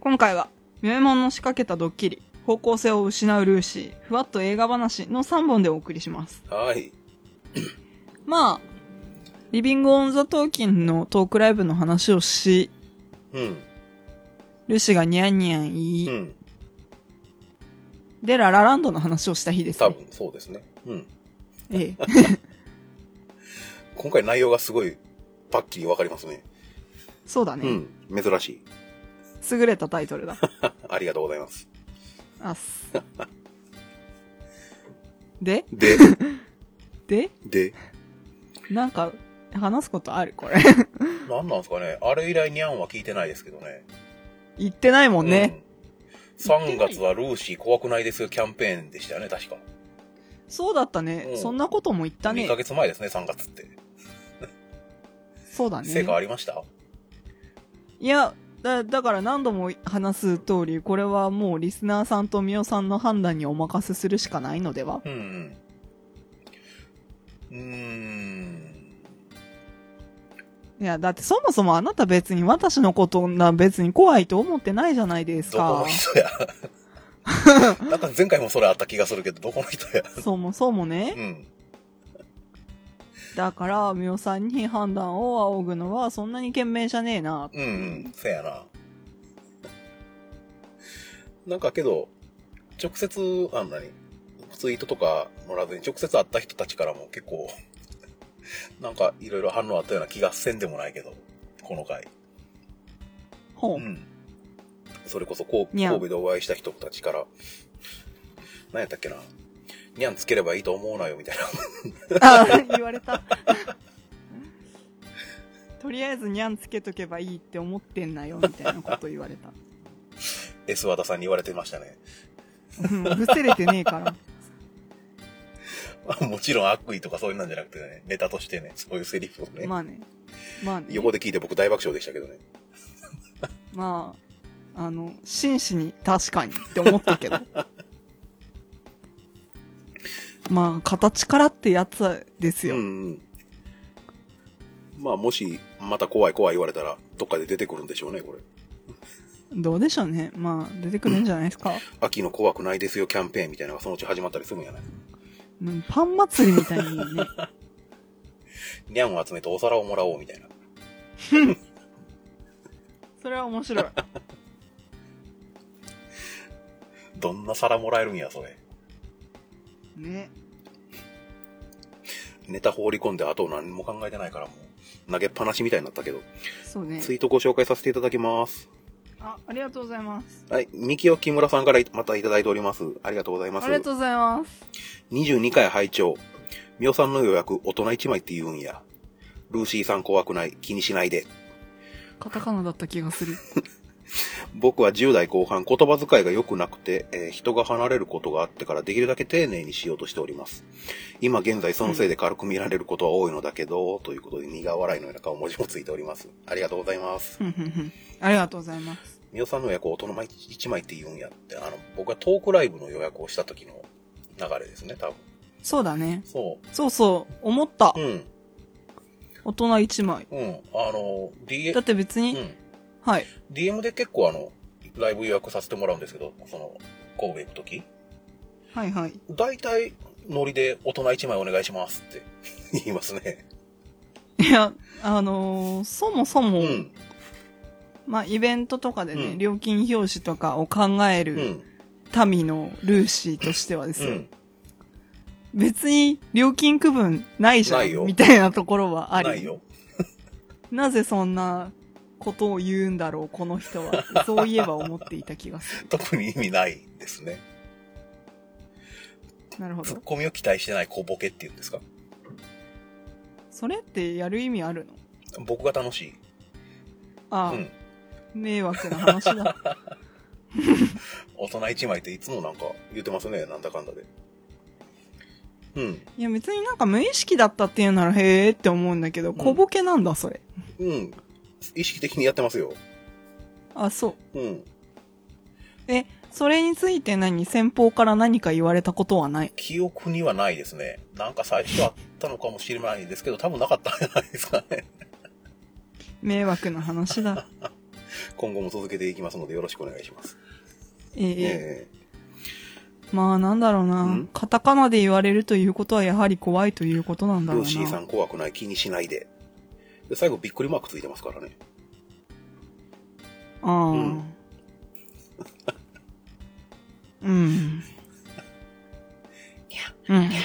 Speaker 1: 今回は、妙右衛門の仕掛けたドッキリ、方向性を失うルーシー、ふわっと映画話の3本でお送りします。
Speaker 2: はい。
Speaker 1: まあ、リビングオンザトーキンのトークライブの話をし、
Speaker 2: うん。
Speaker 1: ルーシーがニャンニャン言い、
Speaker 2: うん。
Speaker 1: で、ララランドの話をした日です、
Speaker 2: 多
Speaker 1: ね。
Speaker 2: 分、そうですね。うん。
Speaker 1: ええ。
Speaker 2: 今回内容がすごい、パッキリわかりますね。
Speaker 1: そうだ
Speaker 2: う
Speaker 1: ね。
Speaker 2: ん。珍しい。
Speaker 1: 優れたタイトルだ。
Speaker 2: ありがとうございます。
Speaker 1: あっす。で
Speaker 2: で、
Speaker 1: で
Speaker 2: で、
Speaker 1: なんか、話すことあるこれ。
Speaker 2: なんなんですかね。あれ以来ニャンは聞いてないですけどね。
Speaker 1: 言ってないもんね。
Speaker 2: うん。3月はルーシー怖くないですよキャンペーンでしたよね、確か。
Speaker 1: そうだったね
Speaker 2: う。ん
Speaker 1: そんなことも言った
Speaker 2: 2
Speaker 1: ね
Speaker 2: ヶ。月前ですね、3月って。
Speaker 1: そうだ
Speaker 2: 成
Speaker 1: ね
Speaker 2: 果。ありました
Speaker 1: いや、だだから何度も話す通り、これはもうリスナーさんとミオさんの判断にお任せするしかないのでは
Speaker 2: うん。うーん。
Speaker 1: いや、だってそもそもあなた別に私のことな別に怖いと思ってないじゃないです
Speaker 2: どこ
Speaker 1: か
Speaker 2: の。人や。 なんか前回もそれあった気がするけど、どこの人や。
Speaker 1: そうもそうもね。
Speaker 2: うん。
Speaker 1: だから、ミオさんに判断を仰ぐのはそんなに賢明じゃねえな。
Speaker 2: うんうん。せやな。なんかけど、直接、あんなに、ツイートとか乗らずに直接会った人たちからも結構、 なんかいろいろ反応あったような気がせんでもないけど、この回。
Speaker 1: ほ。
Speaker 2: うんん。それこそこう
Speaker 1: にゃん
Speaker 2: 神戸でお会いした人たちから、何やったっけな。にゃんつければいいと思うなよ、みたいな。
Speaker 1: あ、 言われた。とりあえずニャンつけとけばいいって思ってんなよ、みたいなこと言われた。
Speaker 2: S 和田さんに言われてましたね。
Speaker 1: うん伏せれてねえから。
Speaker 2: もちろん悪意とかそういうなんじゃなくてね、ネタとしてね、そういうセリフをね。
Speaker 1: まあね。まあね。
Speaker 2: 横で聞いて僕大爆笑でしたけどね。
Speaker 1: まあ、あの、真摯に確かにって思ったけ ど。まあ、形からってやつです
Speaker 2: うん
Speaker 1: よ。
Speaker 2: うん。まあもし、また怖い怖い言われたら、どっかで出てくるんでしょうね、これ。
Speaker 1: どうでしょうね。まあ、出てくるんじゃないですか。
Speaker 2: 秋の怖くないですよキャンペーンみたいなのがそのうち始まったりするんやない
Speaker 1: うん、パン祭りみたいにね。
Speaker 2: にゃんを集めてお皿をもらおうみたいな。
Speaker 1: それは面白い。
Speaker 2: どんな皿もらえるんや、それ。
Speaker 1: ね。
Speaker 2: ネタ放り込んで、あと何も考えてないからもう、投げっぱなしみたいになったけど。
Speaker 1: そうね
Speaker 2: ツ。イートご紹介させていただきます。
Speaker 1: あ、ありがとうございます。
Speaker 2: はい。みきよきむらさんからまたいただいております。ありがとうございます。
Speaker 1: ありがとうございます。
Speaker 2: 22回拝聴みおさんの予約、大人1枚って言うんや。ルーシーさん怖くない、気にしないで。
Speaker 1: カタカナだった気がする。
Speaker 2: 僕は10代後半、言葉遣いが良くなくて、えー人が離れることがあってからできるだけ丁寧にしようとしております。今現在そのせいで軽く見られることは多いのだけど、ということで苦笑いのような顔文字もついております。ありがとうございます。
Speaker 1: ふんふんふんありがとうございます。
Speaker 2: みおさんの予約を大人の一枚って言うんやって、あの、僕はトークライブの予約をした時の流れですね、多分。
Speaker 1: そうだね。
Speaker 2: そ
Speaker 1: そうそう、思った
Speaker 2: う。う。ん。
Speaker 1: 大人一枚。
Speaker 2: うん。あの、D、
Speaker 1: だって別
Speaker 2: う
Speaker 1: に、
Speaker 2: ん。
Speaker 1: はい。
Speaker 2: DM で結構あの、ライブ予約させてもらうんですけど、その、神戸行く時
Speaker 1: はいはい。
Speaker 2: 大体ノリで大人1枚お願いしますって言いますね。
Speaker 1: いや、あのーそもそも、
Speaker 2: うん。
Speaker 1: まあ、イベントとかでね、
Speaker 2: うん
Speaker 1: 料金表示とかを考え
Speaker 2: う
Speaker 1: る
Speaker 2: ん。
Speaker 1: 民のルーシーとしてはです
Speaker 2: う
Speaker 1: よ。
Speaker 2: ん。
Speaker 1: 別に料金区分ないじゃ
Speaker 2: ないよ
Speaker 1: ん、みたいなところはあ
Speaker 2: ない
Speaker 1: り。
Speaker 2: よ。
Speaker 1: なぜそんなことを言うんだろう、この人は。そういえば思っていた気が す
Speaker 2: 特に意味ないですね。
Speaker 1: る。なるほ
Speaker 2: ツッ
Speaker 1: ど。
Speaker 2: コミを期待してない小ボケっていうんですか。
Speaker 1: それってやる意味あるの
Speaker 2: 僕が楽しい。
Speaker 1: ああ、
Speaker 2: うん。
Speaker 1: 迷惑な話 だ。
Speaker 2: 大人1枚っていつもなんか言ってますね、なんだかんだで。うん。
Speaker 1: いや別になんか無意識だったっていうならへーって思うんだけど、
Speaker 2: ん
Speaker 1: 小ボケなんだ、それ。
Speaker 2: うん。意識的にやってますよ。
Speaker 1: あ、そう。
Speaker 2: うん。
Speaker 1: え、それについて何先方から何か言われたことはない。
Speaker 2: 記憶にはないですね。なんか最初あったのかもしれないですけど、多分なかったんじゃないですかね。
Speaker 1: 迷惑な話 だ。
Speaker 2: 今後も続けていきますのでよろしくお願いします。
Speaker 1: ええ
Speaker 2: え
Speaker 1: まあなんだろうな、
Speaker 2: うん
Speaker 1: カタカナで言われるということはやはり怖いということなんだろ
Speaker 2: ル
Speaker 1: う
Speaker 2: ーシーさ
Speaker 1: な。
Speaker 2: ん怖くない気にしないで。で最後びっくりマークついてますからね。
Speaker 1: ああ。
Speaker 2: うん
Speaker 1: うん。
Speaker 2: にゃ、
Speaker 1: うん。
Speaker 2: にゃ。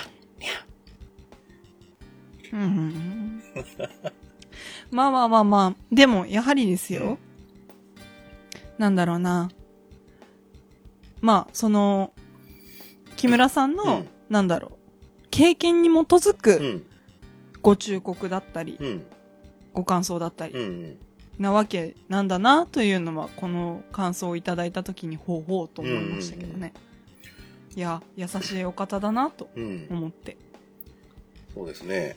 Speaker 1: うん。まあまあまあまあ。でも、やはりです
Speaker 2: う
Speaker 1: よ
Speaker 2: ん。
Speaker 1: なんだろうな。まあ、その、木村さん
Speaker 2: う
Speaker 1: の
Speaker 2: ん、
Speaker 1: なんだろう。経験に基づ
Speaker 2: う
Speaker 1: く
Speaker 2: ん、
Speaker 1: ご忠告だったり、
Speaker 2: うん、
Speaker 1: ご感想だったり
Speaker 2: うん、うん。
Speaker 1: なわけなんだな、というのは、この感想をいただいたときに、ほうほうと思いましたけどね。いや、優しいお方だな、と
Speaker 2: うん、
Speaker 1: 思って。
Speaker 2: そうですね。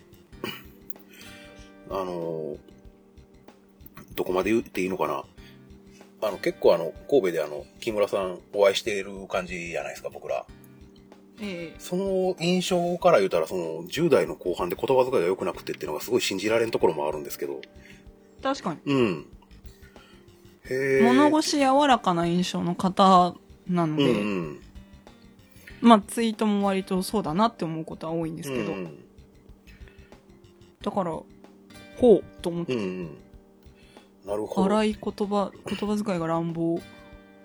Speaker 2: あのー、どこまで言っていいのかな。あの、結構あの、神戸であの、木村さんお会いしている感じじゃないですか、僕ら。
Speaker 1: え
Speaker 2: その印象から言うたら、その、10代の後半で言葉遣いが良くなくてっていうのがすごい信じられんところもあるんですけど。
Speaker 1: え確かに。
Speaker 2: うん。へえ。
Speaker 1: 物腰柔らかな印象の方なの
Speaker 2: う
Speaker 1: で、
Speaker 2: ん、うん。
Speaker 1: まあツイートも割とそうだなって思うことは多いんですけど、
Speaker 2: うんうん
Speaker 1: だから、ほうと思っ
Speaker 2: う
Speaker 1: て、
Speaker 2: んうん。なるほど。
Speaker 1: 荒い言葉、言葉遣いが乱暴、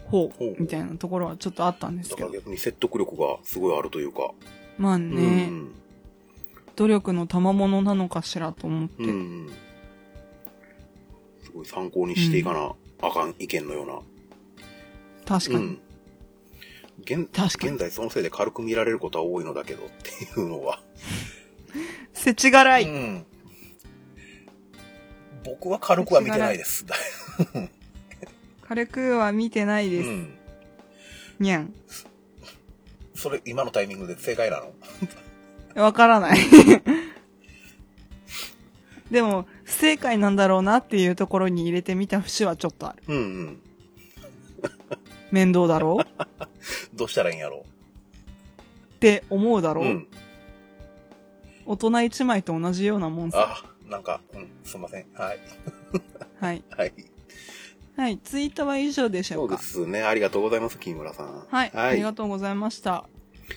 Speaker 1: ほ
Speaker 2: ほう
Speaker 1: うみたいなところはちょっとあったんです
Speaker 2: だ
Speaker 1: け
Speaker 2: から
Speaker 1: ど、
Speaker 2: 逆に説得力がすごいあるというか。
Speaker 1: まあね、
Speaker 2: うん
Speaker 1: 努力の賜物なのかしらと思って、
Speaker 2: うん。うんうん。すごい参考にしていかなあかん意見のよう
Speaker 1: 確か
Speaker 2: な。う
Speaker 1: に、
Speaker 2: ん。現
Speaker 1: 確かに
Speaker 2: 現在そのせいで軽く見られることは多いのだけどっていうのは。
Speaker 1: 世知辛い、
Speaker 2: うん。僕は軽くは見てないです。
Speaker 1: 軽くは見てない
Speaker 2: う
Speaker 1: です、
Speaker 2: ん。
Speaker 1: にゃん。
Speaker 2: それ今のタイミングで正解なの
Speaker 1: わからない。 でも、不正解なんだろうなっていうところに入れてみた節はちょっとある。
Speaker 2: うんうん。
Speaker 1: 面倒だろう
Speaker 2: どうしたらいいんやろ
Speaker 1: って思うだ
Speaker 2: う。
Speaker 1: ろう、
Speaker 2: うん。
Speaker 1: 大人一枚と同じようなもんさ。
Speaker 2: あ、なんか、うん、すいません。はい。
Speaker 1: はい。
Speaker 2: はい。
Speaker 1: はい。ツイートは以上でしょ
Speaker 2: そううで
Speaker 1: か。
Speaker 2: すね。ありがとうございます、木村さん。
Speaker 1: はい、ありが
Speaker 2: と
Speaker 1: とうございました。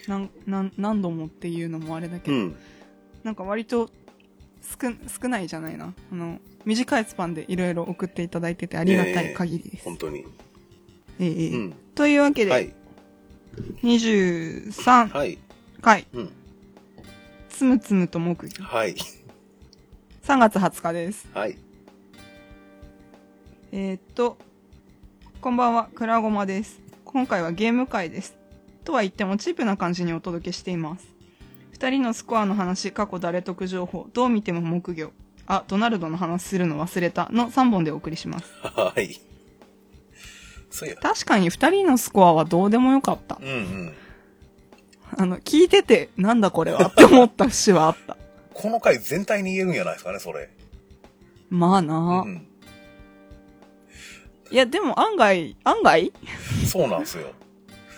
Speaker 1: なん、なん、何度もっていうのもあれだけど、
Speaker 2: うん。
Speaker 1: なんか割と、少、少ないじゃないな。あの、短いスパンでいろいろ送っていただいててありがたい限りです。
Speaker 2: 本当に。
Speaker 1: ええええ
Speaker 2: うん。
Speaker 1: というわけで、
Speaker 2: はい。
Speaker 1: 23
Speaker 2: はい。
Speaker 1: 回、
Speaker 2: うん。
Speaker 1: つむつむと木魚、
Speaker 2: はい。
Speaker 1: 3月20日です。
Speaker 2: はい。
Speaker 1: えーっと、こんばんは、くらごまです。今回はゲーム会です。とは言ってもチープな感じにお届けしています。二人のスコアの話、過去誰得情報、どう見ても木魚。あ、ドナルドの話するの忘れたの3本でお送りします。
Speaker 2: はい。そうや。
Speaker 1: 確かに2人のスコアはどうでもよかった
Speaker 2: うん。うん。
Speaker 1: あの、聞いてて、なんだこれはって思った節はあった。
Speaker 2: この回全体に言えるんじゃないですかね、それ。
Speaker 1: まあ
Speaker 2: う
Speaker 1: なあ、
Speaker 2: ん。
Speaker 1: いや、でも案外、案外
Speaker 2: そうなんですよ。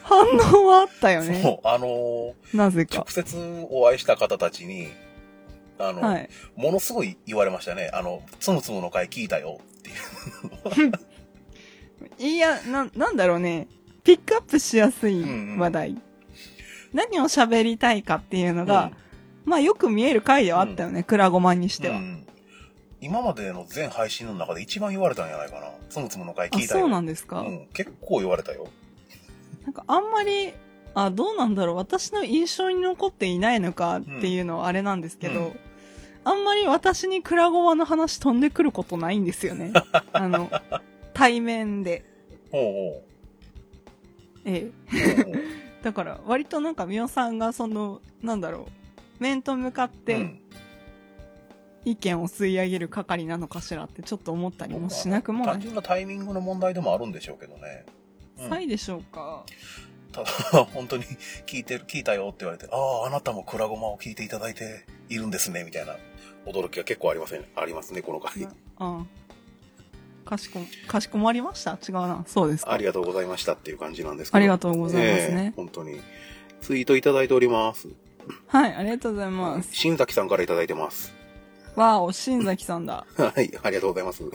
Speaker 1: 反応はあったよね。
Speaker 2: そう、あのー
Speaker 1: なぜか
Speaker 2: 直。接お会いした方たちに、あの、
Speaker 1: はい。
Speaker 2: ものすごい言われましたね。あの、つむつむの回聞いたよっていう。
Speaker 1: いや、な、なんだろうね。ピックアップしやすい
Speaker 2: うんうん
Speaker 1: 話題。何を喋りたいかっていうのが、まあよく見える回ではあったよね。クラゴマにしては。
Speaker 2: うん今までの全配信の中で一番言われたんじゃないかな。つむつむの回
Speaker 1: あ、
Speaker 2: 聞いたよ。
Speaker 1: そうなんですか、
Speaker 2: うん、結構言われたよ。
Speaker 1: なんかあんまり、あ、どうなんだろう。私の印象に残っていないのかっていうのはあれなんですけど、
Speaker 2: うんう
Speaker 1: あんまり私にクラゴマの話飛んでくることないんですよ ね。あの、対面で。
Speaker 2: おうおう
Speaker 1: ええ。
Speaker 2: おうおう
Speaker 1: だから割となんかミオさんがその、なんだろう。面と向かっ
Speaker 2: う
Speaker 1: て
Speaker 2: ん
Speaker 1: 意見を吸い上げる係なのかしらってちょっと思ったりもしなくもな
Speaker 2: 単
Speaker 1: い。
Speaker 2: 純なタイミングの問題でもあるんでしょうけどね。うん
Speaker 1: さいでしょうか。
Speaker 2: ただ、本当に聞いてる、聞いたよって言われて、ああ、あなたもクラゴマを聞いていただいているんですね、みたいな。驚きが結構ありません、ありますね、この回
Speaker 1: な。ああ。かしこ、かしこまりました違うな。そうですか。
Speaker 2: ありがとうございましたっていう感じなんですけど。
Speaker 1: ありが
Speaker 2: と
Speaker 1: とうございますね。
Speaker 2: 本当に。ツイートいただいております。
Speaker 1: はい、ありがとうございます。
Speaker 2: 新崎さんからいただいてます。
Speaker 1: わお、新崎さんだ。
Speaker 2: はい、ありがとうございます。
Speaker 1: あ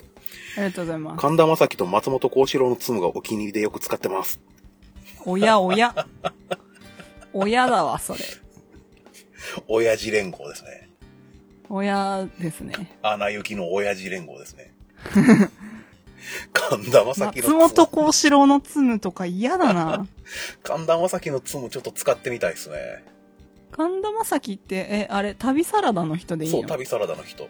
Speaker 1: りがとうございます。
Speaker 2: 神田正輝と松本幸四郎のツムがお気に入りでよく使ってます。
Speaker 1: おやおや。おやだわ、それ。
Speaker 2: 親父連合ですね。
Speaker 1: おやですね。
Speaker 2: アナ雪の親父連合ですね。神田正輝の
Speaker 1: 松本幸四郎のツムとか嫌だ な。
Speaker 2: 神田正輝のツムちょっと使ってみたいですね。
Speaker 1: 神田正輝って、え、あれ、旅サラダの人でいい
Speaker 2: そう、
Speaker 1: の
Speaker 2: 旅サラダの人。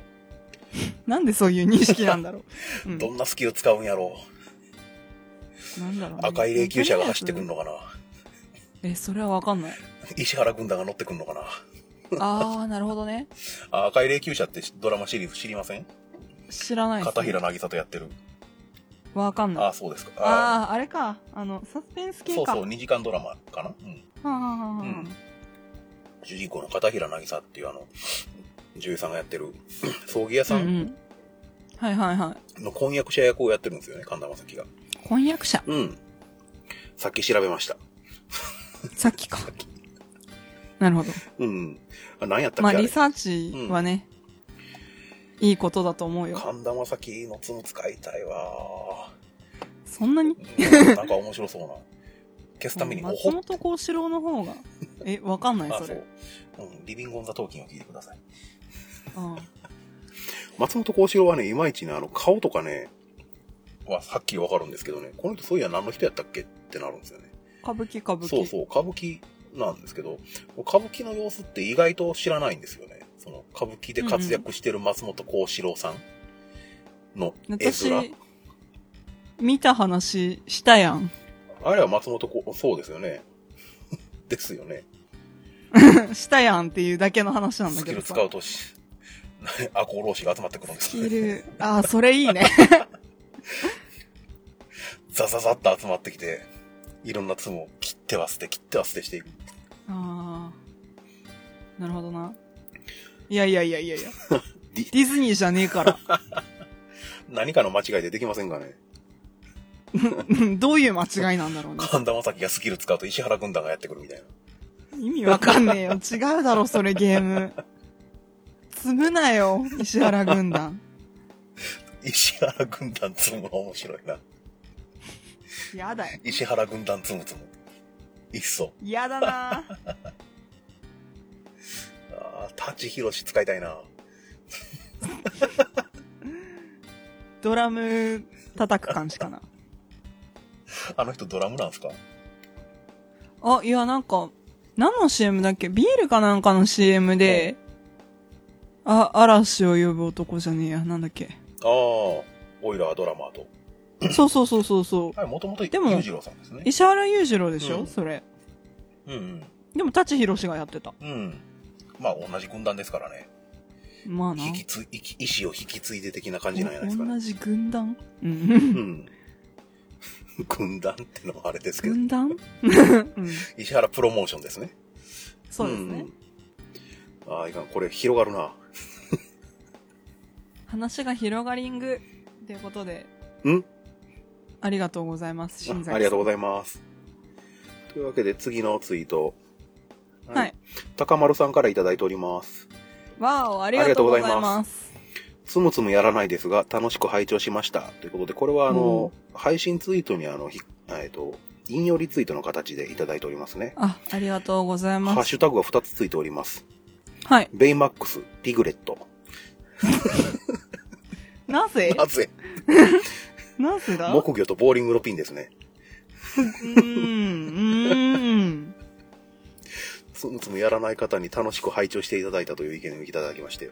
Speaker 1: なんでそういう認識なんだろう。うん
Speaker 2: どんなスキル使うんやろ
Speaker 1: なんだろうね、
Speaker 2: う。赤い霊柩車が走ってくるのかな
Speaker 1: え、それはわかん ない。
Speaker 2: 石原軍団が乗ってくるのかな
Speaker 1: あー、なるほどね。
Speaker 2: あ赤い霊柩車ってドラマシリーズ知りません
Speaker 1: 知らないです、
Speaker 2: 片
Speaker 1: ね。
Speaker 2: 平渚とやってる。
Speaker 1: わかんない。
Speaker 2: あ
Speaker 1: あ
Speaker 2: そうですか。
Speaker 1: あー、あれか。あの、サスペンス系
Speaker 2: そう
Speaker 1: か。
Speaker 2: そう、2時間ドラマかな、うん、
Speaker 1: はあはあはあはあ
Speaker 2: うん主人公の片平渚っていうあの、女優さんがやってる、葬儀屋さ
Speaker 1: うん
Speaker 2: ん
Speaker 1: うん。はいはいはい。
Speaker 2: の婚約者役をやってるんですよね、神田正輝が。
Speaker 1: 婚約者
Speaker 2: うん。さっき調べました。
Speaker 1: さっきか。なるほど。
Speaker 2: うん。あ何やったっけ、
Speaker 1: まあ、
Speaker 2: あれ
Speaker 1: リサーチはね、いいことだと思うよ。
Speaker 2: 神田正輝のツム使いたい わ
Speaker 1: そんなに
Speaker 2: ーなんか面白そうな。消すために、お
Speaker 1: 松
Speaker 2: ほっ
Speaker 1: 本幸四郎の方 が、え、わかんない、
Speaker 2: あ、
Speaker 1: そ
Speaker 2: そ
Speaker 1: れ
Speaker 2: う。。うん、リビングオンザトーキンを聞いてください。
Speaker 1: あ
Speaker 2: 松本幸四郎はね、いまいちね、あの、顔とかね、ははっきりわかるんですけどね、この人そういや何の人やったっけってなるんですよね。
Speaker 1: あ歌舞伎、歌舞伎。
Speaker 2: そうそう、歌舞伎なんですけど、歌舞伎の様子って意外と知らないんですよね。その、歌舞伎で活躍してる松本幸四郎さんの絵
Speaker 1: 私
Speaker 2: 面。、
Speaker 1: 見た話したやん。
Speaker 2: あれは松本幸、そうですよね。 ですよね。
Speaker 1: したやんっていうだけの話なんだ
Speaker 2: スキ
Speaker 1: けど
Speaker 2: ル
Speaker 1: さ
Speaker 2: 使。うとし、 赤穂浪士が集まってくるんですよ
Speaker 1: スキ
Speaker 2: ね。
Speaker 1: ル、ああ、それいいね。
Speaker 2: ザザザッと集まってきて、いろんなツムを切っては捨て、切っては捨てしていく。
Speaker 1: ああ。なるほどな。いやいやいやいやいや。
Speaker 2: デ
Speaker 1: デ
Speaker 2: ィ
Speaker 1: ィズニーじゃねえから。
Speaker 2: 何かの間違いでできませんかね。
Speaker 1: うんどういう間違いなんだろうね。
Speaker 2: 神田正輝がスキル使うと石原軍団がやってくるみたいな。
Speaker 1: 意味わかんねえよ。違うだろ、それゲーム。積むなよ、石原軍団。
Speaker 2: 石原軍団ツムは面白いな。
Speaker 1: やだよ。
Speaker 2: 石原軍団ツムツム。いっそ。
Speaker 1: やだな
Speaker 2: ああ、舘ひろし使いたいな。
Speaker 1: ドラム叩く感じかな。
Speaker 2: あの人ドラムなんすか
Speaker 1: あ、いや、なんか、何の CM だっけビールかなんかの CM で、あ、嵐を呼ぶ男じゃねえや。なんだっ け。
Speaker 2: ああ、オイラードラマーと。
Speaker 1: そうそうそうそうそう。
Speaker 2: はい、もともと裕
Speaker 1: でも
Speaker 2: 次郎さんですね。
Speaker 1: 石原裕次郎でしょ、
Speaker 2: うん
Speaker 1: それ。
Speaker 2: うん
Speaker 1: でも、舘ひろしがやってた。
Speaker 2: うん。うん。まあ、同じ軍団ですからね。
Speaker 1: まあな
Speaker 2: 引。きつ、意気意志を引き継いで的な感じなんじゃないですかね。
Speaker 1: 同じ軍団う。
Speaker 2: うんん。 軍団ってのもあれですけど、
Speaker 1: 軍団 うん。
Speaker 2: 石原プロモーションですね。
Speaker 1: そうですね。
Speaker 2: うん。ああ、いかん。これ広がるな。
Speaker 1: 話が広がりんぐということで、
Speaker 2: ん
Speaker 1: ありがとうございます、新
Speaker 2: あありがとうご
Speaker 1: ざい
Speaker 2: ざいます。というわけで次のツイート。
Speaker 1: はい。
Speaker 2: 高丸さんからいただいております。
Speaker 1: ます。わお、ありがとうございます。
Speaker 2: つむつむやらないですが、楽しく拝聴しました。ということで、これはあの、配信ツイートにあの、ひえっと、引用リツイートの形でいただいておりますね。
Speaker 1: あ、ありがとうござい
Speaker 2: ハ
Speaker 1: ま
Speaker 2: ッ
Speaker 1: す。
Speaker 2: シュタグが2つついております。
Speaker 1: はい。
Speaker 2: ベイマックス、リグレット。
Speaker 1: なぜ
Speaker 2: なぜ
Speaker 1: なぜだ
Speaker 2: 木魚とボーリングのピンですね。
Speaker 1: うーん、うーん。
Speaker 2: つむつむやらない方に楽しく拝聴していただいたという意見をいただきまして。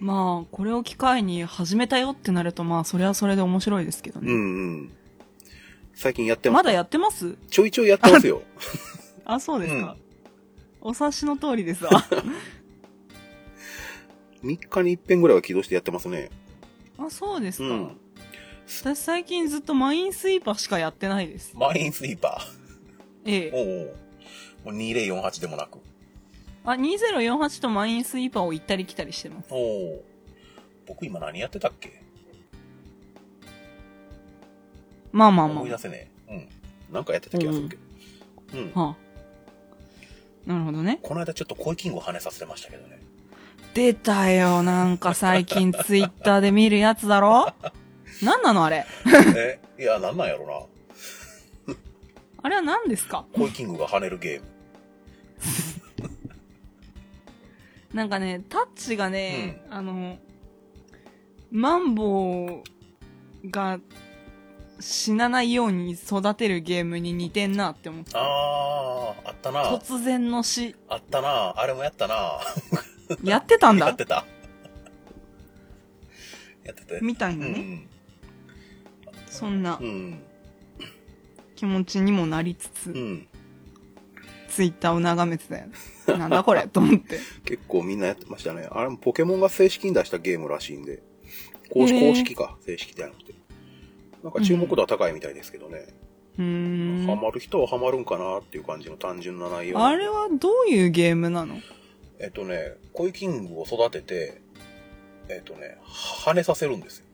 Speaker 1: まあ、これを機会に始めたよってなると、まあ、それはそれで面白いですけど
Speaker 2: うんう
Speaker 1: ね。
Speaker 2: ん。最近やってま。
Speaker 1: ますだやってます
Speaker 2: ちょいちょいやってますよ。
Speaker 1: あ、そうですか。お察しの通り ですわ。
Speaker 2: 3日に一遍ぐらいは起動してやってますね。
Speaker 1: あ、そうです
Speaker 2: う
Speaker 1: か。
Speaker 2: ん。
Speaker 1: 私最近ずっとマインスイーパーしかやってないです。
Speaker 2: マインスイーパ
Speaker 1: え
Speaker 2: ー。
Speaker 1: え。
Speaker 2: おうおう。もう2048でもなく。
Speaker 1: あ、2048とマインスイーパーを行ったり来たりしてます。
Speaker 2: おお。僕今何やってたっけ
Speaker 1: まあまあまあ
Speaker 2: 思い。出せねえ。うん。なんかやってた気がするけど。うん。
Speaker 1: はあ、なるほどね。
Speaker 2: この間ちょっと声キングを跳ねさせてましたけど ね。
Speaker 1: 出たよ。なんか最近ツイッターで見るやつだろなんなのあれ。
Speaker 2: え、いや、なんなんやろ
Speaker 1: あれは何ですか
Speaker 2: な。声キングが跳ねるゲーム。
Speaker 1: なんかね、タッチがね、あの、マンボウが死なないように育てるゲームに似てんなって思って。
Speaker 2: あー、あったな。
Speaker 1: 突然の死。
Speaker 2: あったな。あれもやったな。
Speaker 1: やってたん
Speaker 2: や
Speaker 1: だ
Speaker 2: っ て。た。やってて。
Speaker 1: みたいな
Speaker 2: う
Speaker 1: ね。
Speaker 2: ん。
Speaker 1: そんな
Speaker 2: うん。
Speaker 1: 気持ちにもなりつ
Speaker 2: う
Speaker 1: つ、
Speaker 2: ん。
Speaker 1: ツイッターを眺めてたよ。なんだこれと思 って。
Speaker 2: 結構みんなやってましたね。あれもポケモンが正式に出したゲームらしいんで。公式、
Speaker 1: へー
Speaker 2: 公式か。正式ではなくて。なんか注目度は高いみたいですけどね。
Speaker 1: うーん
Speaker 2: ハ。マる人はハマるんかなっていう感じの単純な内容。
Speaker 1: あれはどういうゲームなの
Speaker 2: えっとね、コイキングを育てて、えっとね、跳ねさせるんですよ。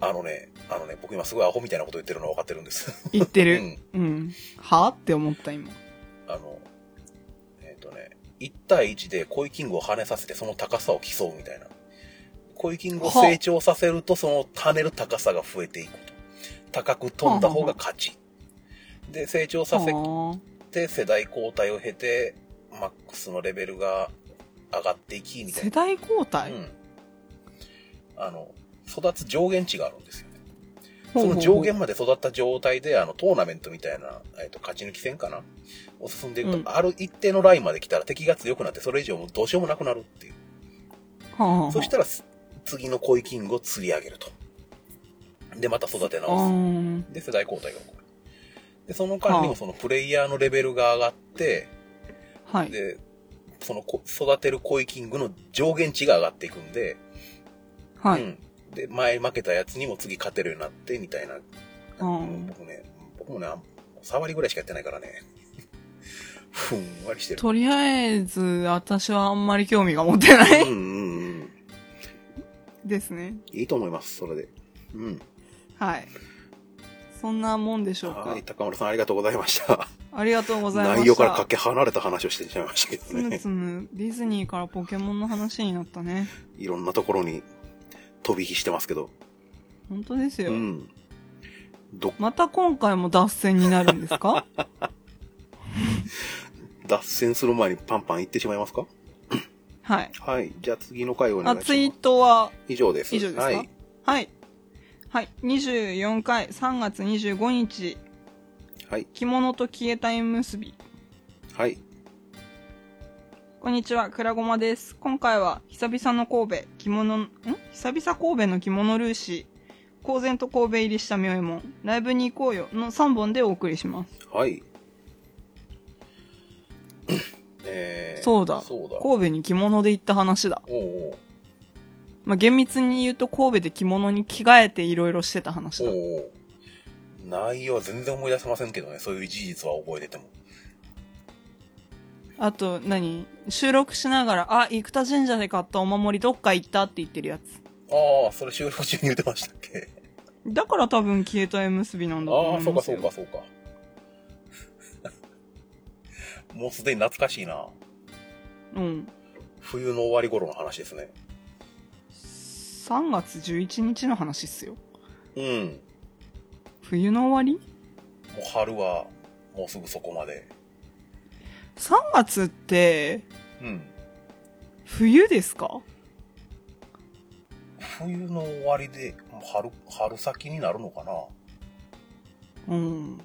Speaker 2: あのね、あのね、僕今すごいアホみたいなこと言ってるのは分かってるんです。
Speaker 1: 言って
Speaker 2: う
Speaker 1: る。
Speaker 2: ん。
Speaker 1: うん。はって思った今。
Speaker 2: あの、えっ、とね、1対1でコイキングを跳ねさせてその高さを競うみたいな。コイキングを成長させるとその跳ねる高さが増えていくと。高く飛んだ方が勝ち。で、成長させ
Speaker 1: は
Speaker 2: て世代交代を経て、マックスのレベルが上がっていき、
Speaker 1: あ
Speaker 2: みたい
Speaker 1: 世代交
Speaker 2: な。う
Speaker 1: 代
Speaker 2: ん。あの、育つ上限値があるんですよね。
Speaker 1: ほ
Speaker 2: そう
Speaker 1: ほう
Speaker 2: の
Speaker 1: ほう
Speaker 2: 上限まで育った状態で、あの、トーナメントみたいな、えっ、と、勝ち抜き戦かなを進んでいくと、
Speaker 1: うん
Speaker 2: ある一定のラインまで来たら敵が強くなって、それ以上もうどうしようもなくなるっていう。
Speaker 1: はあはあ
Speaker 2: そしたら、す次の恋キングを釣り上げると。で、また育て
Speaker 1: う
Speaker 2: 直
Speaker 1: ーん
Speaker 2: す。で、世代交代が起こる。で、その間に
Speaker 1: は
Speaker 2: も
Speaker 1: あ
Speaker 2: そのプレイヤーのレベルが上がって、
Speaker 1: はい。
Speaker 2: で、そのこ育てる恋キングの上限値が上がっていくんで、
Speaker 1: は
Speaker 2: う
Speaker 1: い。
Speaker 2: ん、で前負けたやつにも次勝てるようになってみたいな、
Speaker 1: うん
Speaker 2: 僕ね僕もねあん3割ぐらいしかやってないからね ふんわりしてる
Speaker 1: とりあえず、私はあんまり興味が持てな
Speaker 2: う
Speaker 1: い
Speaker 2: んうんうん
Speaker 1: ですね。
Speaker 2: いいと思いますそれでうん
Speaker 1: はい。そんなもんでしょうか
Speaker 2: はい。高村さんありがとうございました
Speaker 1: ありがとうございました。
Speaker 2: 内容からかけ離れた話をしてしまいましたけ
Speaker 1: つ
Speaker 2: ど
Speaker 1: む
Speaker 2: ね
Speaker 1: つむ、ディズニーからポケモンの話になったね。
Speaker 2: いろんなところに飛び火してますけど
Speaker 1: 本当です
Speaker 2: う
Speaker 1: よ。
Speaker 2: んど
Speaker 1: また今回も脱線になるんです か
Speaker 2: 脱線する前にパンパン行ってしまいますか
Speaker 1: はい。
Speaker 2: はいじゃあ次の回をお願
Speaker 1: あ、
Speaker 2: いします
Speaker 1: ツイートは
Speaker 2: 以上です
Speaker 1: 以上ですか
Speaker 2: は
Speaker 1: はい
Speaker 2: い、。
Speaker 1: はい。24回3月25日、
Speaker 2: はい
Speaker 1: 着物と消えた縁結び。
Speaker 2: はい、
Speaker 1: こんにちは、くらごまです。今回は、久々の神戸、着物、ん久々神戸の着物ルーシー、公然と神戸入りした妙右衛門、ライブに行こうよの3本でお送りします。
Speaker 2: はい。え
Speaker 1: そうだ
Speaker 2: そうだ。
Speaker 1: 神戸に着物で行った話だ。
Speaker 2: おうおう
Speaker 1: まあ、厳密に言うと神戸で着物に着替えていろいろしてた話
Speaker 2: お
Speaker 1: だ。
Speaker 2: うおう内容は全然思い出せませんけどね、そういう事実は覚えてても。
Speaker 1: あと何、収録しながら、あ、生田神社で買ったお守りどっか行ったって言ってるやつ。
Speaker 2: ああ、それ収録中に言ってましたっけ
Speaker 1: だから多分消えた縁結びなんだと
Speaker 2: あ
Speaker 1: 思
Speaker 2: あ、
Speaker 1: い
Speaker 2: そう
Speaker 1: ま
Speaker 2: か
Speaker 1: す
Speaker 2: そう
Speaker 1: よ。
Speaker 2: かそうか。 もうすでに懐かしいな。
Speaker 1: うん。
Speaker 2: 冬の終わり頃の話ですね。
Speaker 1: 3月11日の話っすよ。
Speaker 2: うん。
Speaker 1: 冬の終わり
Speaker 2: もう春は、もうすぐそこまで。
Speaker 1: ?3 月って、
Speaker 2: うん。
Speaker 1: 冬ですか
Speaker 2: 冬の終わりで、もう春、春先になるのかな
Speaker 1: うん。
Speaker 2: うん。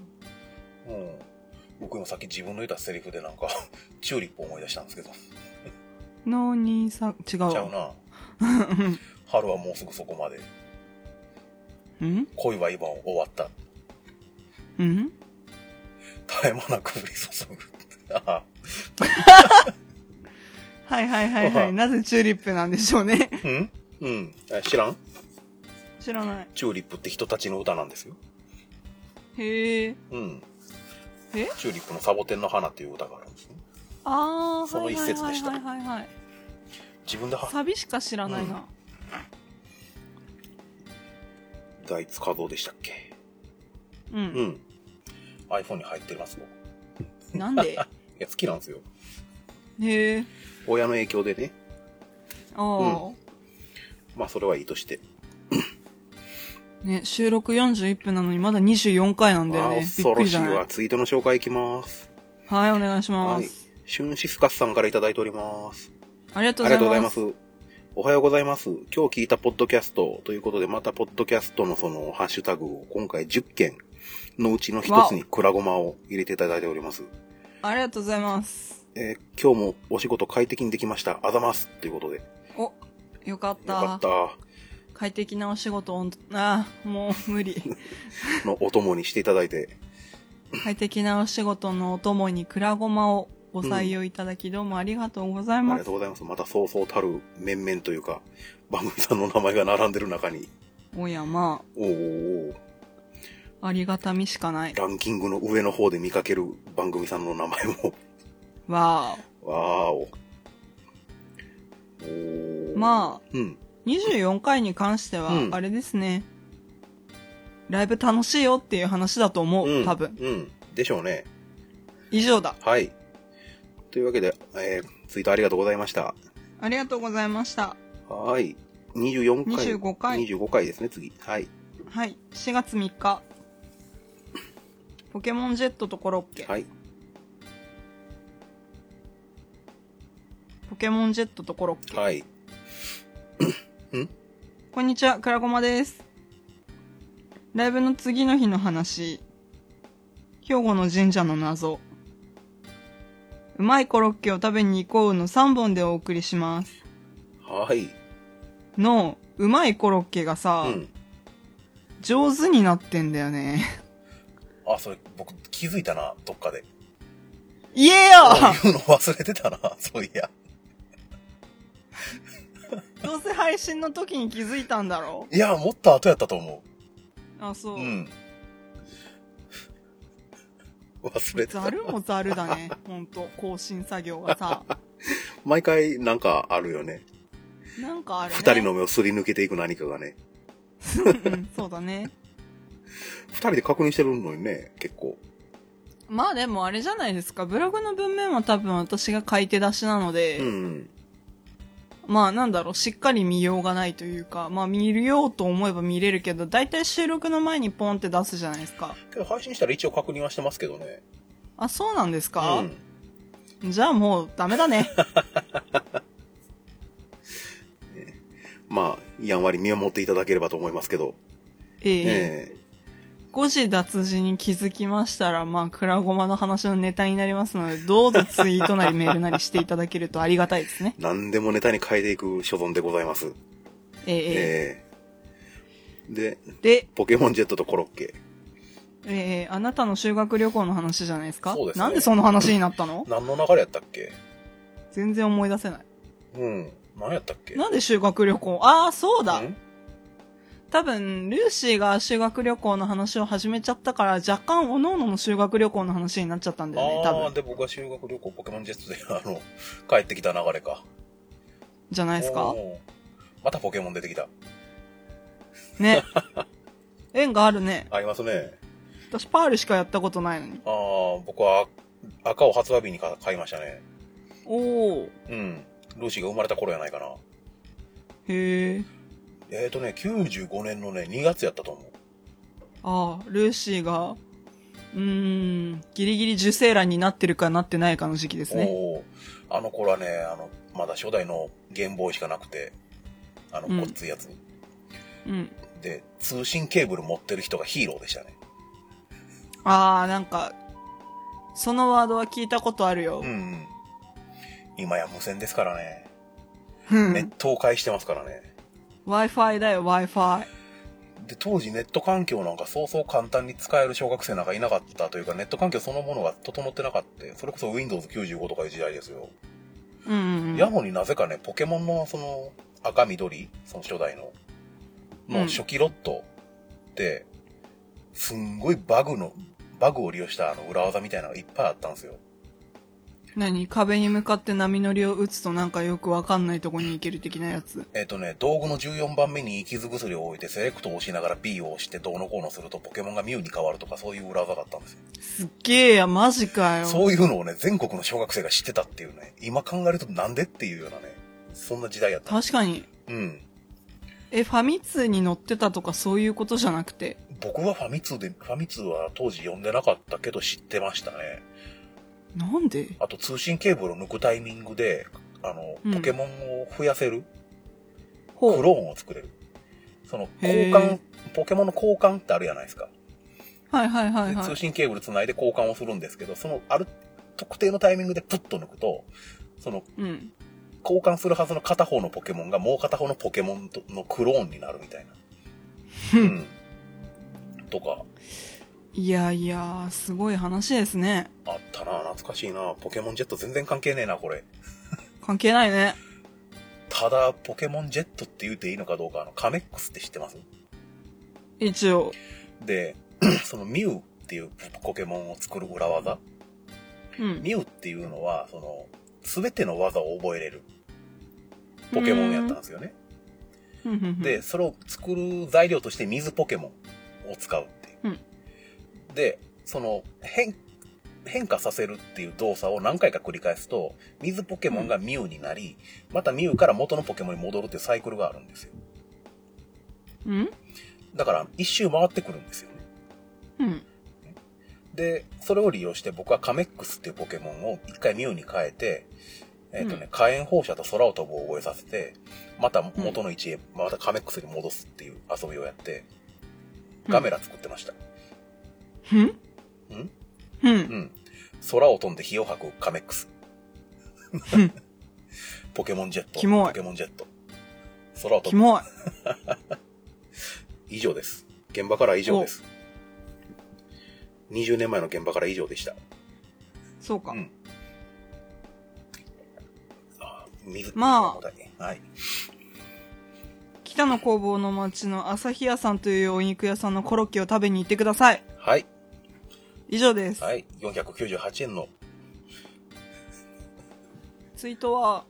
Speaker 2: 僕今さっき自分の言ったセリフでなんか、 チューリップ思い出したんですけど。ち
Speaker 1: のにさ、違う
Speaker 2: ゃう
Speaker 1: わ。
Speaker 2: な。春はもうすぐそこまで。
Speaker 1: うん
Speaker 2: 恋は今終わった。
Speaker 1: うん
Speaker 2: 絶え間なく降り注ぐ。 ああ
Speaker 1: はいはいはいは
Speaker 2: あ
Speaker 1: い。なぜチューリップなんでしょうね。
Speaker 2: うんうん。え知らん
Speaker 1: 知らない。
Speaker 2: チューリップって人たちの歌なんですよ。
Speaker 1: へえ。
Speaker 2: うん。
Speaker 1: え
Speaker 2: チューリップのサボテンの花っていう歌があるんですね。
Speaker 1: ああ、
Speaker 2: その一節でした
Speaker 1: はいはいはいはいはい。
Speaker 2: 自分では
Speaker 1: サビしか知らないな。
Speaker 2: 大津和夫でしたっけ
Speaker 1: う。
Speaker 2: うんん。iPhone に入ってますよ。
Speaker 1: なん で
Speaker 2: いや、好きなんですよ。
Speaker 1: へえ。
Speaker 2: 親の影響でね。
Speaker 1: ああ、
Speaker 2: まあ、それはいいとして。
Speaker 1: ね、収録41分なのにまだ24回なんだよ
Speaker 2: あー
Speaker 1: ね。び
Speaker 2: 恐
Speaker 1: っく
Speaker 2: ろ
Speaker 1: り
Speaker 2: し
Speaker 1: じ
Speaker 2: い
Speaker 1: ゃな
Speaker 2: わ。
Speaker 1: い
Speaker 2: ツイートの紹介いきます。
Speaker 1: はい、お願いしま
Speaker 2: はい
Speaker 1: す。。
Speaker 2: シュンシスカスさんからいただいております。
Speaker 1: ありがと
Speaker 2: あ
Speaker 1: う
Speaker 2: りがとう
Speaker 1: ござ
Speaker 2: ござ
Speaker 1: い
Speaker 2: い
Speaker 1: ま。
Speaker 2: ますす。おはようございます。今日聞いたポッドキャストということで、またポッドキャストのそのハッシュタグを今回10件のうちの一つにクラゴマを入れていただいております。
Speaker 1: ありがとうございます。
Speaker 2: えー今日もお仕事快適にできました。あざます。ということで。よ
Speaker 1: お、よかった。
Speaker 2: かった。
Speaker 1: 快適なお仕事を、 ああ、もう無理。
Speaker 2: のお供にしていただいて。
Speaker 1: 快適なお仕事のお供にくらごまをご採用いただき、どうもありがとうござい
Speaker 2: あり
Speaker 1: ま
Speaker 2: が
Speaker 1: す
Speaker 2: とう。ございます。またそうそうたる面々というか、番組さんの名前が並んでる中に、
Speaker 1: おやま
Speaker 2: おーおーおー
Speaker 1: あ、ありがたみしかない。
Speaker 2: ランキングの上の方で見かける番組さんの名前も、
Speaker 1: わ
Speaker 2: わーお。
Speaker 1: あ。
Speaker 2: おーあ。
Speaker 1: まあ、
Speaker 2: うん。
Speaker 1: 24回に関しては
Speaker 2: う、ん
Speaker 1: あれですね、ライブ楽しいよっていう話だと思う、
Speaker 2: うん。
Speaker 1: 多分。
Speaker 2: うん。でしょうね。
Speaker 1: 以上だ。
Speaker 2: はい。というわけで、えー、ツイートありがとうございました。
Speaker 1: ありがとうございました。
Speaker 2: はーい。24回。
Speaker 1: 25回
Speaker 2: 25回ですね、次。はい。
Speaker 1: はい、4月3日。ポケモンジェットとコロッケ。
Speaker 2: はい。
Speaker 1: ポケモンジェットとコロッケ。
Speaker 2: はい。
Speaker 1: こんにちは、くらごまです。ライブの次の日の話。兵庫の神社の謎。うまいコロッケを食べに行こうの3本でお送りします。
Speaker 2: はい。
Speaker 1: の、うまいコロッケがさ、
Speaker 2: うん。
Speaker 1: 上手になってんだよね。
Speaker 2: あ、それ、僕、気づいたな、どっ かで。
Speaker 1: 言えよ
Speaker 2: 言うの忘れてたな、 そういや。
Speaker 1: どうせ配信の時に気づいたんだろ
Speaker 2: いや、もっと後やったと思。
Speaker 1: あ、そうう。
Speaker 2: うん。忘れて
Speaker 1: ざ
Speaker 2: た。
Speaker 1: るもざるだね。ほんと、更新作業がさ。
Speaker 2: 毎回、なんかあるよね。
Speaker 1: なんかあるね。
Speaker 2: 二、人の目をすり抜けていく何かがね。
Speaker 1: うん、そうだね。
Speaker 2: 二人で確認してるのにね、結構。
Speaker 1: まあでもあれじゃないですか。ブログの文面は多分私が書いて出しなので、
Speaker 2: うん。
Speaker 1: まあなんだろう、しっかり見ようがないというか、まあ見るようと思えば見れるけど、だいたい収録の前にポンって出すじゃないですか。
Speaker 2: けど配信したら一応確認はしてますけどね。
Speaker 1: あ、そうなんです
Speaker 2: う
Speaker 1: か、
Speaker 2: ん。
Speaker 1: じゃあもうダメだ ね。
Speaker 2: まあ、やんわり見守っていただければと思いますけど。
Speaker 1: ええ
Speaker 2: え。
Speaker 1: 誤字脱字に気づきましたら、まあ、クラゴマの話のネタになりますので、どうぞツイートなりメールなりしていただけるとありがたいですね
Speaker 2: 何でもネタに変えていく所存でございます。
Speaker 1: えええ
Speaker 2: ええで、
Speaker 1: えで、
Speaker 2: ポケモンジェットとコロッケ。
Speaker 1: ええあなたの修学旅行の話じゃないですか
Speaker 2: そうですね
Speaker 1: なんでその話になったの
Speaker 2: 何の流れやったっけ
Speaker 1: 全然思い出せない。
Speaker 2: うん。何やったっけ
Speaker 1: なんで修学旅行ああ、そうだ、
Speaker 2: ん
Speaker 1: 多分、ルーシーが修学旅行の話を始めちゃったから、若干、おのおのの修学旅行の話になっちゃったんだよね、多
Speaker 2: ああ、
Speaker 1: 分。
Speaker 2: で、僕は修学旅行ポケモンジェットで、あの、帰ってきた流れか。
Speaker 1: じゃないですか
Speaker 2: おーまたポケモン出てきた。
Speaker 1: ね。 縁があるね。
Speaker 2: ありますね。
Speaker 1: 私、パールしかやったことないのに。
Speaker 2: ああ、僕は赤を発売日にか買いましたね。
Speaker 1: おお。
Speaker 2: うん。ルーシーが生まれた頃やないかな。
Speaker 1: へえ。
Speaker 2: えっ、ー、とね、95年のね、2月やったと思う。
Speaker 1: ああ、ルーシーが、うーん、ギリギリ受精卵になってるかなってないかの時期ですね。
Speaker 2: おーあの頃はね、あの、まだ初代のゲームボーイしかなくて、あの、
Speaker 1: うん
Speaker 2: ごっついやつに。
Speaker 1: うん。
Speaker 2: で、通信ケーブル持ってる人がヒーローでしたね。
Speaker 1: ああ、なんか、そのワードは聞いたことあるよ
Speaker 2: うん。うん。今や無線ですからね。
Speaker 1: うん
Speaker 2: ネットを介してますからね。
Speaker 1: Wi-Fi だよ、Wi-Fi。
Speaker 2: で、当時ネット環境なんかそうそう簡単に使える小学生なんかいなかったというか、ネット環境そのものが整ってなかった。それこそ Windows95 とかいう時代ですよ。
Speaker 1: うんうんうん。
Speaker 2: やのになぜかね、ポケモンのその赤緑、その初代の、
Speaker 1: う
Speaker 2: の
Speaker 1: ん
Speaker 2: 初期ロットって、すんごいバグの、バグを利用したあの裏技みたいなのがいっぱいあったんですよ。
Speaker 1: 何壁に向かって波乗りを打つとなんかよくわかんないとこに行ける的なやつ。
Speaker 2: えっ、とね、道具の14番目に傷薬を置いてセレクトを押しながら B を押してどうのこうのするとポケモンがミュウに変わるとかそういう裏技だったんですよ。
Speaker 1: すっげえや、マジかよ。
Speaker 2: そういうのをね、全国の小学生が知ってたっていうね、今考えるとなんでっていうようなね、そんな時代やった。
Speaker 1: 確かに。
Speaker 2: うん。
Speaker 1: え、ファミ通に乗ってたとかそういうことじゃなくて。
Speaker 2: 僕はファミ通で、ファミ通は当時読んでなかったけど知ってましたね。
Speaker 1: なんで
Speaker 2: あと通信ケーブルを抜くタイミングで、あの
Speaker 1: う、ん
Speaker 2: ポケモンを増やせる、
Speaker 1: ほ
Speaker 2: ク
Speaker 1: う。
Speaker 2: ローンを作れる。その、
Speaker 1: へー
Speaker 2: 交換、ポケモンの交換ってあるじゃないですか。
Speaker 1: はいはいはい
Speaker 2: で
Speaker 1: は
Speaker 2: 通
Speaker 1: い。
Speaker 2: 信ケーブルつないで交換をするんですけど、その、ある、特定のタイミングでプッと抜くと、その、
Speaker 1: うん。
Speaker 2: 交換するはずの片方のポケモンがもう片方のポケモンとのクローンになるみたいな。うん。とか、
Speaker 1: いやいや、すごい話ですね。
Speaker 2: あったな懐かしいなポケモンジェット全然関係ねえな、これ。
Speaker 1: 関係ないね。
Speaker 2: ただ、ポケモンジェットって言うていいのかどうか、あの、カメックスって知ってます
Speaker 1: 一応。
Speaker 2: で、 そのミュウっていうポケモンを作る裏技。
Speaker 1: うん。
Speaker 2: ミュウっていうのは、その、すべての技を覚えれるポケモンやったんですよね。
Speaker 1: うんうんうん
Speaker 2: で、、それを作る材料として水ポケモンを使うっていう。
Speaker 1: うん
Speaker 2: で、その変、変化させるっていう動作を何回か繰り返すと、水ポケモンがミュウになり、またミュウから元のポケモンに戻るっていうサイクルがあるんですよ。
Speaker 1: うん
Speaker 2: だから、一周回ってくるんですよね。
Speaker 1: うん。
Speaker 2: で、それを利用して僕はカメックスっていうポケモンを一回ミュウに変えて、えっ、とね、
Speaker 1: うん
Speaker 2: 火炎放射と空を飛ぶを覚えさせて、また元の位置へ、またカメックスに戻すっていう遊びをやって、ガメラ作ってました。
Speaker 1: うん
Speaker 2: うん
Speaker 1: う。
Speaker 2: うんん。空を飛んで火を吐くカメックス。
Speaker 1: うん。
Speaker 2: ポケモンジェット。
Speaker 1: キモい
Speaker 2: ポケモンジェット。空を
Speaker 1: キ
Speaker 2: 飛ぶ。
Speaker 1: モい。
Speaker 2: 以上です。現場からは以上です。20年前の現場から以上でした。
Speaker 1: そうか
Speaker 2: う。ん。あ水
Speaker 1: まあ
Speaker 2: 重たいねはい。
Speaker 1: 北の工房の町の朝日屋さんというお肉屋さんのコロッケを食べに行ってください。
Speaker 2: はい。
Speaker 1: 以上です。
Speaker 2: はい。498円の。
Speaker 1: ツイートは、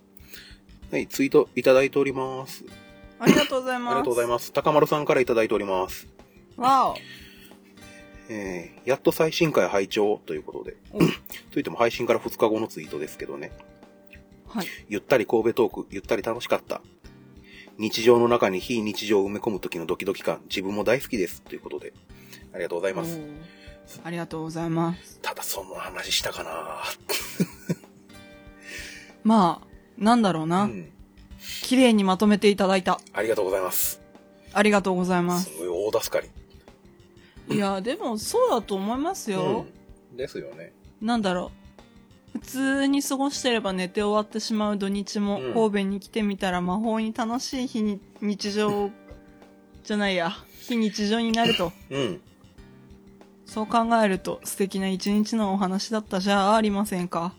Speaker 2: はい、ツイートいただいております。
Speaker 1: ありがとうござい
Speaker 2: あ
Speaker 1: ます。
Speaker 2: りがとうござい
Speaker 1: ま
Speaker 2: ます。高丸さんからいただいております。
Speaker 1: す。わ
Speaker 2: えー、やっと最新回拝聴ということで。
Speaker 1: お。お
Speaker 2: といっても配信から2日後のツイートですけどね。
Speaker 1: はい。
Speaker 2: ゆったり神戸トーク、ゆったり楽しかった。日常の中に非日常を埋め込む時のドキドキ感、自分も大好きです。ということで。ありがとうございます。
Speaker 1: おーありがとうございます。
Speaker 2: ただ、そんな話したかな
Speaker 1: まあ、なんだろうな。
Speaker 2: うん。
Speaker 1: 綺麗にまとめていただいた。
Speaker 2: ありがとうございます。
Speaker 1: ありがとうございますす。
Speaker 2: ごい大助かり。
Speaker 1: いや、でもそうだと思いますよ。
Speaker 2: うんですよね。
Speaker 1: なんだろう。普通に過ごしてれば寝て終わってしまう土日も、
Speaker 2: うん
Speaker 1: 神戸に来てみたら魔法に楽しい日に、日常、じゃないや、非日常になると。
Speaker 2: うん。
Speaker 1: そう考えると素敵な一日のお話だったじゃあありませんか。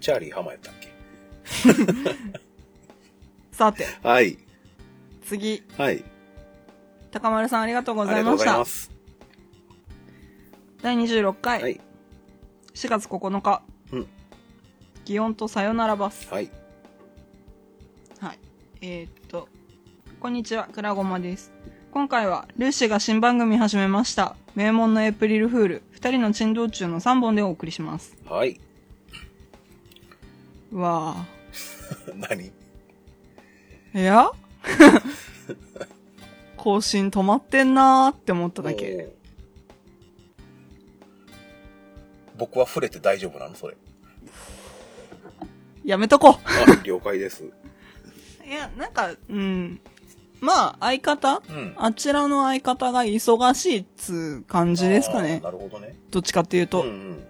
Speaker 2: チャーリー浜やったっけ
Speaker 1: さて、
Speaker 2: はい。
Speaker 1: 次、
Speaker 2: はい。
Speaker 1: 高丸さんありがとうご
Speaker 2: あり
Speaker 1: ざ
Speaker 2: が
Speaker 1: い
Speaker 2: とう
Speaker 1: ま
Speaker 2: ご
Speaker 1: し
Speaker 2: ざい
Speaker 1: た
Speaker 2: ま。す。
Speaker 1: 第26回、
Speaker 2: はい。
Speaker 1: 4月9日、
Speaker 2: うん
Speaker 1: 祇園とさよならバス。
Speaker 2: はい。
Speaker 1: はい。えーっと、こんにちは、くらごまです。今回は、ルーシーが新番組始めました。名門のエイプリルフール、二人の珍道中の3本でお送りします。
Speaker 2: はい。
Speaker 1: うわあ。
Speaker 2: 何
Speaker 1: い や更新止まってんなーって思っただけ。
Speaker 2: おー僕は触れて大丈夫なのそれ。
Speaker 1: やめとこ
Speaker 2: あ、了解です。
Speaker 1: う。いや、なんか、うん。まあ、相方
Speaker 2: うん。
Speaker 1: あちらの相方が忙しいっつう感じですか
Speaker 2: あー
Speaker 1: ね。
Speaker 2: なるほどね。
Speaker 1: どっちかっていうと。
Speaker 2: うん うん。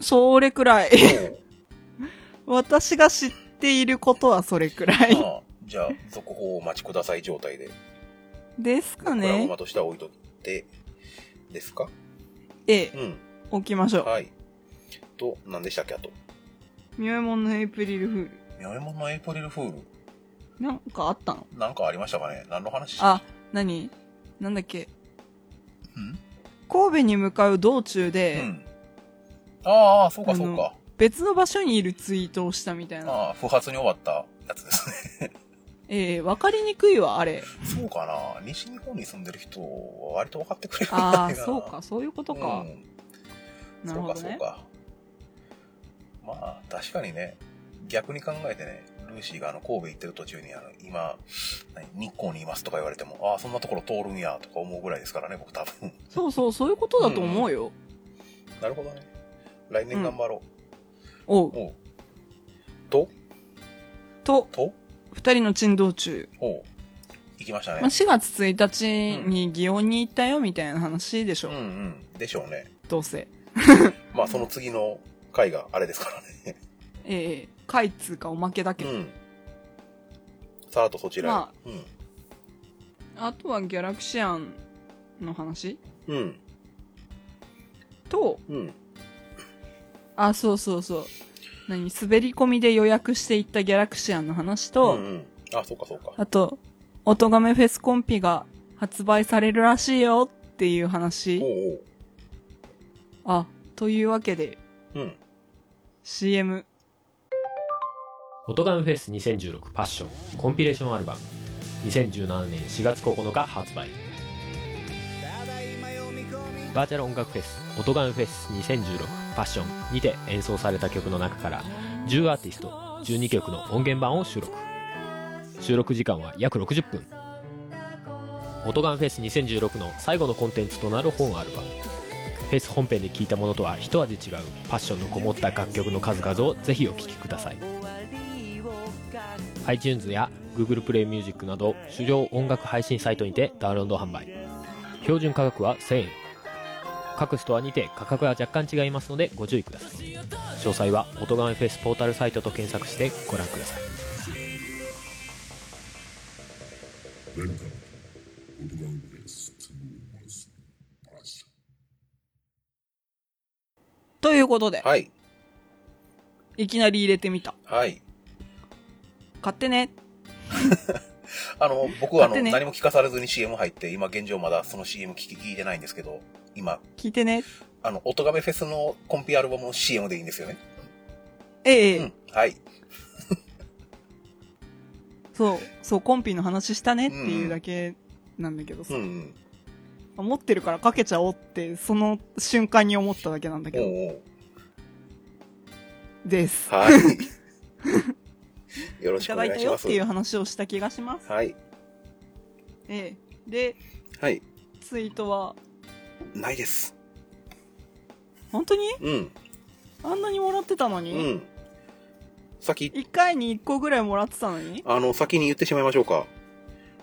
Speaker 1: それくらい。
Speaker 2: おー
Speaker 1: 私が知っていることはそれくらい。
Speaker 2: あーじゃあ、続報をお待ちください状態で。
Speaker 1: ですか
Speaker 2: クラゴ
Speaker 1: ね
Speaker 2: マとしては置いといて、ですか
Speaker 1: ええ、
Speaker 2: うん。
Speaker 1: 置きましょう。
Speaker 2: はい。と、何でしたっけあと。
Speaker 1: 妙門のエイプリルフール。
Speaker 2: 妙門のエイプリルフール、
Speaker 1: なんかあったの
Speaker 2: なんかありましたかね何の話
Speaker 1: あ、なになんだっけ
Speaker 2: うん
Speaker 1: 神戸に向かう道中
Speaker 2: う
Speaker 1: で、
Speaker 2: ん。ああ、そうか
Speaker 1: あの
Speaker 2: そうか。
Speaker 1: 別の場所にいるツイートをしたみたいな。
Speaker 2: ああ、不発に終わったやつですね。
Speaker 1: ええわかりにくいわ、あれ。
Speaker 2: そうかな西日本に住んでる人は割と分かってくれるんじゃ
Speaker 1: あ
Speaker 2: な
Speaker 1: あ、
Speaker 2: いかな。
Speaker 1: そうか、そういうことか
Speaker 2: う。ん
Speaker 1: なるほど
Speaker 2: そうかそう
Speaker 1: ね。
Speaker 2: かまあ確かにね逆に考えてねルーシーがあの神戸行ってる途中にあの今何日光にいますとか言われてもああそんなところ通るんやとか思うぐらいですからね僕多分
Speaker 1: そうそう、そういうことだと思うよ。
Speaker 2: なるほどね来年頑張ろ
Speaker 1: お
Speaker 2: う、
Speaker 1: う。
Speaker 2: おうと
Speaker 1: と、
Speaker 2: と
Speaker 1: 二人の珍道中。
Speaker 2: おう行きましたね、
Speaker 1: まあ、4月1日に祇園に行ったよみたいな話でしょ、
Speaker 2: うんうんでしょうね
Speaker 1: どうせ。
Speaker 2: まあその次の回があれですからね
Speaker 1: ええかいっつうかおまけだけ
Speaker 2: う
Speaker 1: ど。
Speaker 2: んさらっとそちらへ、
Speaker 1: ま
Speaker 2: うん
Speaker 1: あとはギャラクシアンの話
Speaker 2: うん
Speaker 1: と、
Speaker 2: うん
Speaker 1: あ、そうそうそう。何滑り込みで予約していったギャラクシアンの話と、
Speaker 2: うんうんあそうかそうか
Speaker 1: あと、おとがめフェスコンピが発売されるらしいよっていう
Speaker 2: おう
Speaker 1: 話。
Speaker 2: おう
Speaker 1: あ、というわけで、
Speaker 2: うん。
Speaker 1: CM。
Speaker 3: オトガンフェス2016パッションコンピレーションアルバム2017年4月9日発売バーチャル音楽フェスオトガンフェス2016パッションにて演奏された曲の中から10アーティスト12曲の音源版を収録収録時間は約60分オトガンフェス2016の最後のコンテンツとなる本アルバムフェス本編で聴いたものとは一味違うパッションのこもった楽曲の数々をぜひお聴きください iTunes や Google プレイミュージックなど主要音楽配信サイトにてダウンロード販売標準価格は1000円各ストアにて価格は若干違いますのでご注意ください詳細は「音がめフェスポータルサイト」と検索してご覧ください
Speaker 1: ということで、
Speaker 2: はい。
Speaker 1: いきなり入れてみた。
Speaker 2: はい。
Speaker 1: 買ってね。
Speaker 2: あの、僕は
Speaker 1: 買っ
Speaker 2: あの、
Speaker 1: てね
Speaker 2: 何も聞かされずに CM 入って、今現状まだその CM 聞き聞いてないんですけど、今、
Speaker 1: 聞いてね。
Speaker 2: あの、音亀フェスのコンピアルバムの CM でいいんですよね。
Speaker 1: ええ
Speaker 2: うん。はい。
Speaker 1: そう、そう、コンピの話したねっていうだけなんだけど
Speaker 2: う
Speaker 1: さ、
Speaker 2: んうん。
Speaker 1: 持ってるからかけちゃおうって、その瞬間に思っただけなんだけ
Speaker 2: おう
Speaker 1: ど、
Speaker 2: おう
Speaker 1: です。
Speaker 2: はい。よろ
Speaker 1: い
Speaker 2: したくお
Speaker 1: だい
Speaker 2: 願い
Speaker 1: た
Speaker 2: し
Speaker 1: よ
Speaker 2: ま
Speaker 1: っ
Speaker 2: す。
Speaker 1: ていう話をした気がします。
Speaker 2: はい。
Speaker 1: ええで、
Speaker 2: はい。
Speaker 1: ツイートは、
Speaker 2: ないです。
Speaker 1: 本当に
Speaker 2: うん。
Speaker 1: あんなにもらってたの
Speaker 2: う
Speaker 1: に、
Speaker 2: ん。先、
Speaker 1: 一1回に1個ぐらいもらってたのに
Speaker 2: あの、先に言ってしまいましょうか。こ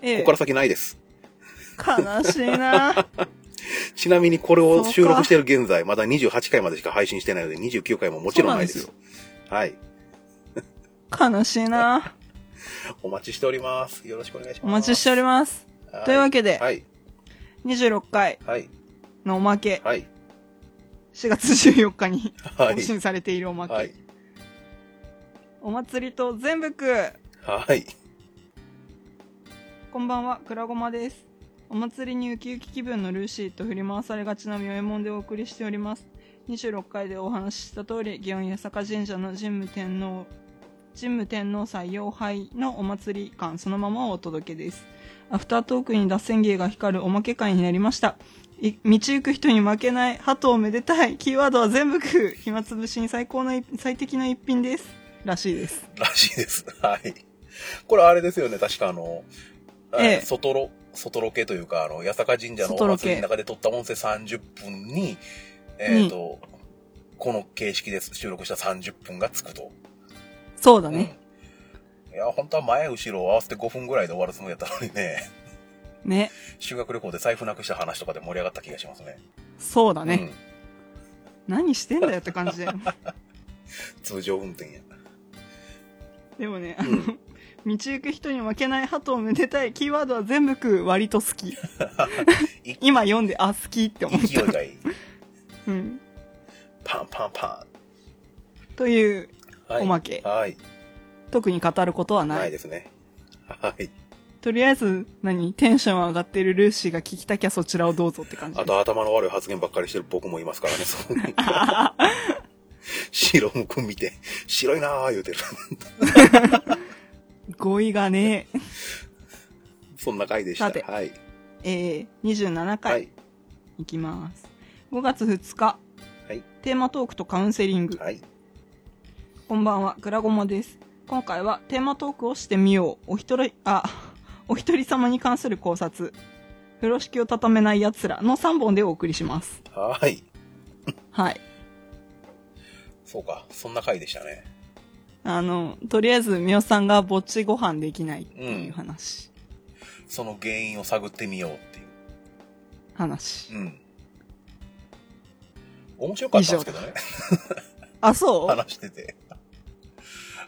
Speaker 1: ええ
Speaker 2: こから先ないです。
Speaker 1: 悲しいな
Speaker 2: ちなみにこれを収
Speaker 1: そうか
Speaker 2: 録している現在、まだ28回までしか配信してないので、29回も もちろんないです
Speaker 1: そう
Speaker 2: よはい。
Speaker 1: 悲しいな
Speaker 2: お待ちしております。よろしくお願いし
Speaker 1: お
Speaker 2: ます。
Speaker 1: 待ちしております。
Speaker 2: はい
Speaker 1: というわけで
Speaker 2: はい、
Speaker 1: 26回
Speaker 2: はい、
Speaker 1: のおまけ、
Speaker 2: はい、
Speaker 1: 4月14日に
Speaker 2: は
Speaker 1: 更
Speaker 2: い。
Speaker 1: 新されているおまけ。
Speaker 2: はい。
Speaker 1: お祭りと全部く
Speaker 2: はい。
Speaker 1: こんばんは、くらごまです。お祭りにウキウキ気分のルーシーと振り回されがちなミョエモンでお送りしております。26回でお話しした通り、祇園八坂神社の神武天皇、神武天皇祭妖拝のお祭り感そのままをお届けです。アフタートークに脱線芸が光るおまけ会になりました。い道行く人に負けない、鳩をめでたい、キーワードは全部食う、暇つぶしに最高の一、最適な一品です。らしいです。
Speaker 2: らしいです。はい。これあれですよね、確かあの、
Speaker 1: ええ
Speaker 2: 外ロ、外ロケというか、あの、八坂神社のお
Speaker 1: 外ロケ
Speaker 2: 祭りの中で撮った音声30分に、えっ、と、この形式で収録した30分がつくと。
Speaker 1: そうだね。
Speaker 2: うん。いや、本当は前後ろを合わせて5分ぐらいで終わるつもりだったのにね、
Speaker 1: ね。
Speaker 2: 修学旅行で財布なくした話とかで盛り上がった気がしますね。
Speaker 1: そうだね。
Speaker 2: うん。
Speaker 1: 何してんだよって感じで。
Speaker 2: 通常運転や。
Speaker 1: でもね、あ
Speaker 2: う
Speaker 1: の、道行く人に負けない鳩をめでたい、キーワードは全部食う、割と好き。今読んで、あ、好きって思っ
Speaker 2: 勢い
Speaker 1: た。
Speaker 2: がいい。
Speaker 1: うん。
Speaker 2: パンパンパ
Speaker 1: という、
Speaker 2: ン。はい、
Speaker 1: おまけ
Speaker 2: はい。
Speaker 1: 特に語ることはない。
Speaker 2: ないですね。はい。
Speaker 1: とりあえず、何テンション上がってるルーシーが聞きたきゃそちらをどうぞって感じ。
Speaker 2: あと頭の悪い発言ばっかりしてる僕もいますからね、そ こに。白むくん見て、白いなー言うてる。
Speaker 1: 語彙がね、
Speaker 2: そんな回でした。
Speaker 1: さて
Speaker 2: はい。
Speaker 1: えー、27
Speaker 2: は
Speaker 1: 回
Speaker 2: い。
Speaker 1: いきます。5月2日、
Speaker 2: はい。
Speaker 1: テーマトークとカウンセリング。
Speaker 2: はい。
Speaker 1: こんばんは、くらごまです。今回はテーマトークをしてみよう。お一人、あ、 お一人様に関する考察。風呂敷を畳めない奴らの3本でお送りします。
Speaker 2: はい。
Speaker 1: はい。
Speaker 2: そうか。そんな回でしたね。
Speaker 1: あの、とりあえず、みおさんがぼっちご飯できないっていう話。
Speaker 2: その原因を探ってみようっていう。
Speaker 1: 話。
Speaker 2: うん。面白かったんですけどね。
Speaker 1: あ、そう
Speaker 2: 話してて。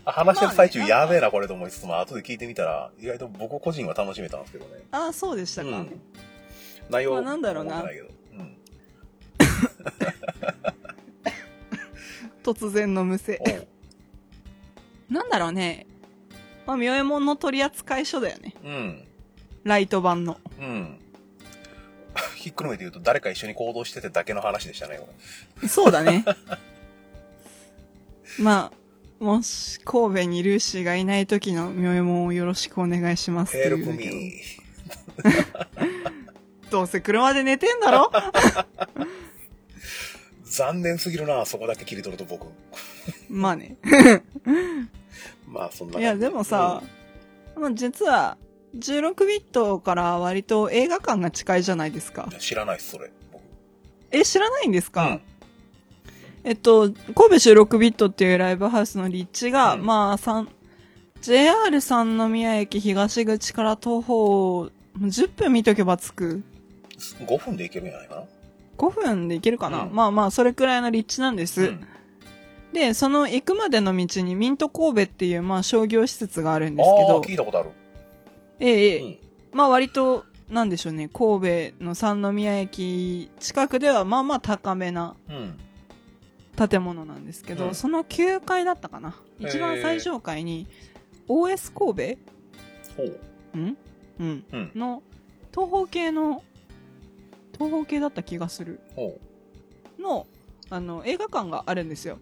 Speaker 2: あ話してる最中、やべえな、これと思いつつも、後で聞いてみたら、意外と僕個人は楽しめたんですけどね。
Speaker 1: あ、そうでした
Speaker 2: う
Speaker 1: か。
Speaker 2: ん。内容
Speaker 1: まあなんだろうな
Speaker 2: 覚えてないけどうん。
Speaker 1: 突然のむせ。
Speaker 2: おう
Speaker 1: なんだろうね。まあ、みおえもんの取扱書だよね。
Speaker 2: うん。
Speaker 1: ライト版の。
Speaker 2: うん。 ひっくるめて言うと、誰か一緒に行動しててだけの話でしたね。こ
Speaker 1: そうだね。まあ、もし神戸にルーシーがいない時の妙右衛門をよろしくお願いしますって
Speaker 2: れヘル
Speaker 1: い
Speaker 2: プ
Speaker 1: う
Speaker 2: ミ
Speaker 1: だけど
Speaker 2: ー。
Speaker 1: どうせ車で寝てんだ ろ
Speaker 2: 残念すぎるな、そこだけ切り取ると僕。
Speaker 1: まあね。
Speaker 2: まあ、そんな感
Speaker 1: い
Speaker 2: じ。
Speaker 1: や、でもさ、まあ実は、16ビットから割と映画館が近いじゃないですか
Speaker 2: うん、。知らないっす、それ。僕
Speaker 1: え、知らないんですか、
Speaker 2: うん
Speaker 1: えっと、神戸16ビットっていうライブハウスの立地が、
Speaker 2: うん
Speaker 1: まあ、三 JR 三宮駅東口から徒歩10分見とけば着く。
Speaker 2: 5分でいけるんじゃないかな。
Speaker 1: 5分で行けるかな、
Speaker 2: うん
Speaker 1: まあまあ、それくらいの立地なんです、
Speaker 2: うん
Speaker 1: で、その行くまでの道にミント神戸っていう、まあ、商業施設があるんですけ
Speaker 2: ああ、
Speaker 1: ど、
Speaker 2: 聞いたことある。
Speaker 1: ええええ
Speaker 2: うん
Speaker 1: まあ割と、なんでしょうね、神戸の三宮駅近くでは、まあまあ高めな
Speaker 2: うん。
Speaker 1: 建物なんですけど、
Speaker 2: うん
Speaker 1: その9階だったかな。
Speaker 2: へえ
Speaker 1: 一番最上階に、OS 神
Speaker 2: ほう。
Speaker 1: 戸んうん。
Speaker 2: うん。
Speaker 1: の、東方系の、東方系だった気がする。
Speaker 2: ほ
Speaker 1: の、あの、映画館があるんですよ。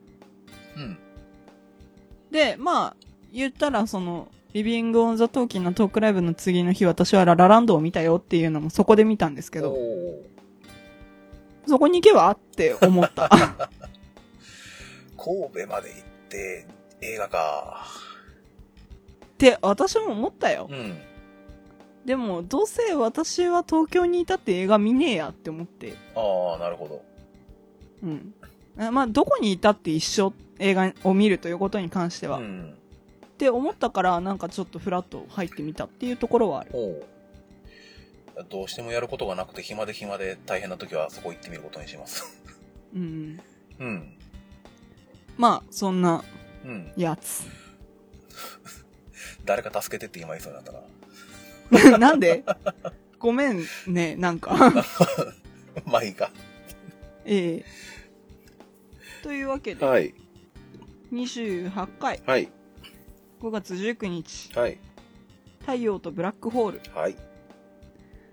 Speaker 2: う。うん。
Speaker 1: で、まあ、言ったらその、リビングオンザトーキーのトークライブの次の日私はララランドを見たよっていうのもそこで見たんですけ
Speaker 2: お
Speaker 1: ど、
Speaker 2: う
Speaker 1: そこに行けばって思 った。
Speaker 2: 神戸まで行って、映画か。
Speaker 1: って私も思ったよ
Speaker 2: う。ん。
Speaker 1: でも、どうせ私は東京にいたって映画見ねえやって思って。
Speaker 2: ああ、なるほど。
Speaker 1: うん。あまあ、どこにいたって一緒映画を見るということに関しては。
Speaker 2: う
Speaker 1: っ
Speaker 2: ん。
Speaker 1: て思ったから、なんかちょっとフラッと入ってみたっていうところはある。
Speaker 2: おうどうしてもやることがなくて暇で暇で大変な時はそこ行ってみることにします。
Speaker 1: うん。
Speaker 2: うん。
Speaker 1: まあ、そんな
Speaker 2: うん。
Speaker 1: やつ。
Speaker 2: 誰か助けてって今言いそうにな ったな。
Speaker 1: なんで ごめんね、なんか。
Speaker 2: まあいいか。
Speaker 1: ええというわけで、
Speaker 2: い。
Speaker 1: 28回、
Speaker 2: はい。
Speaker 1: 5月19日、
Speaker 2: はい。
Speaker 1: 太陽とブラックホール、
Speaker 2: はい。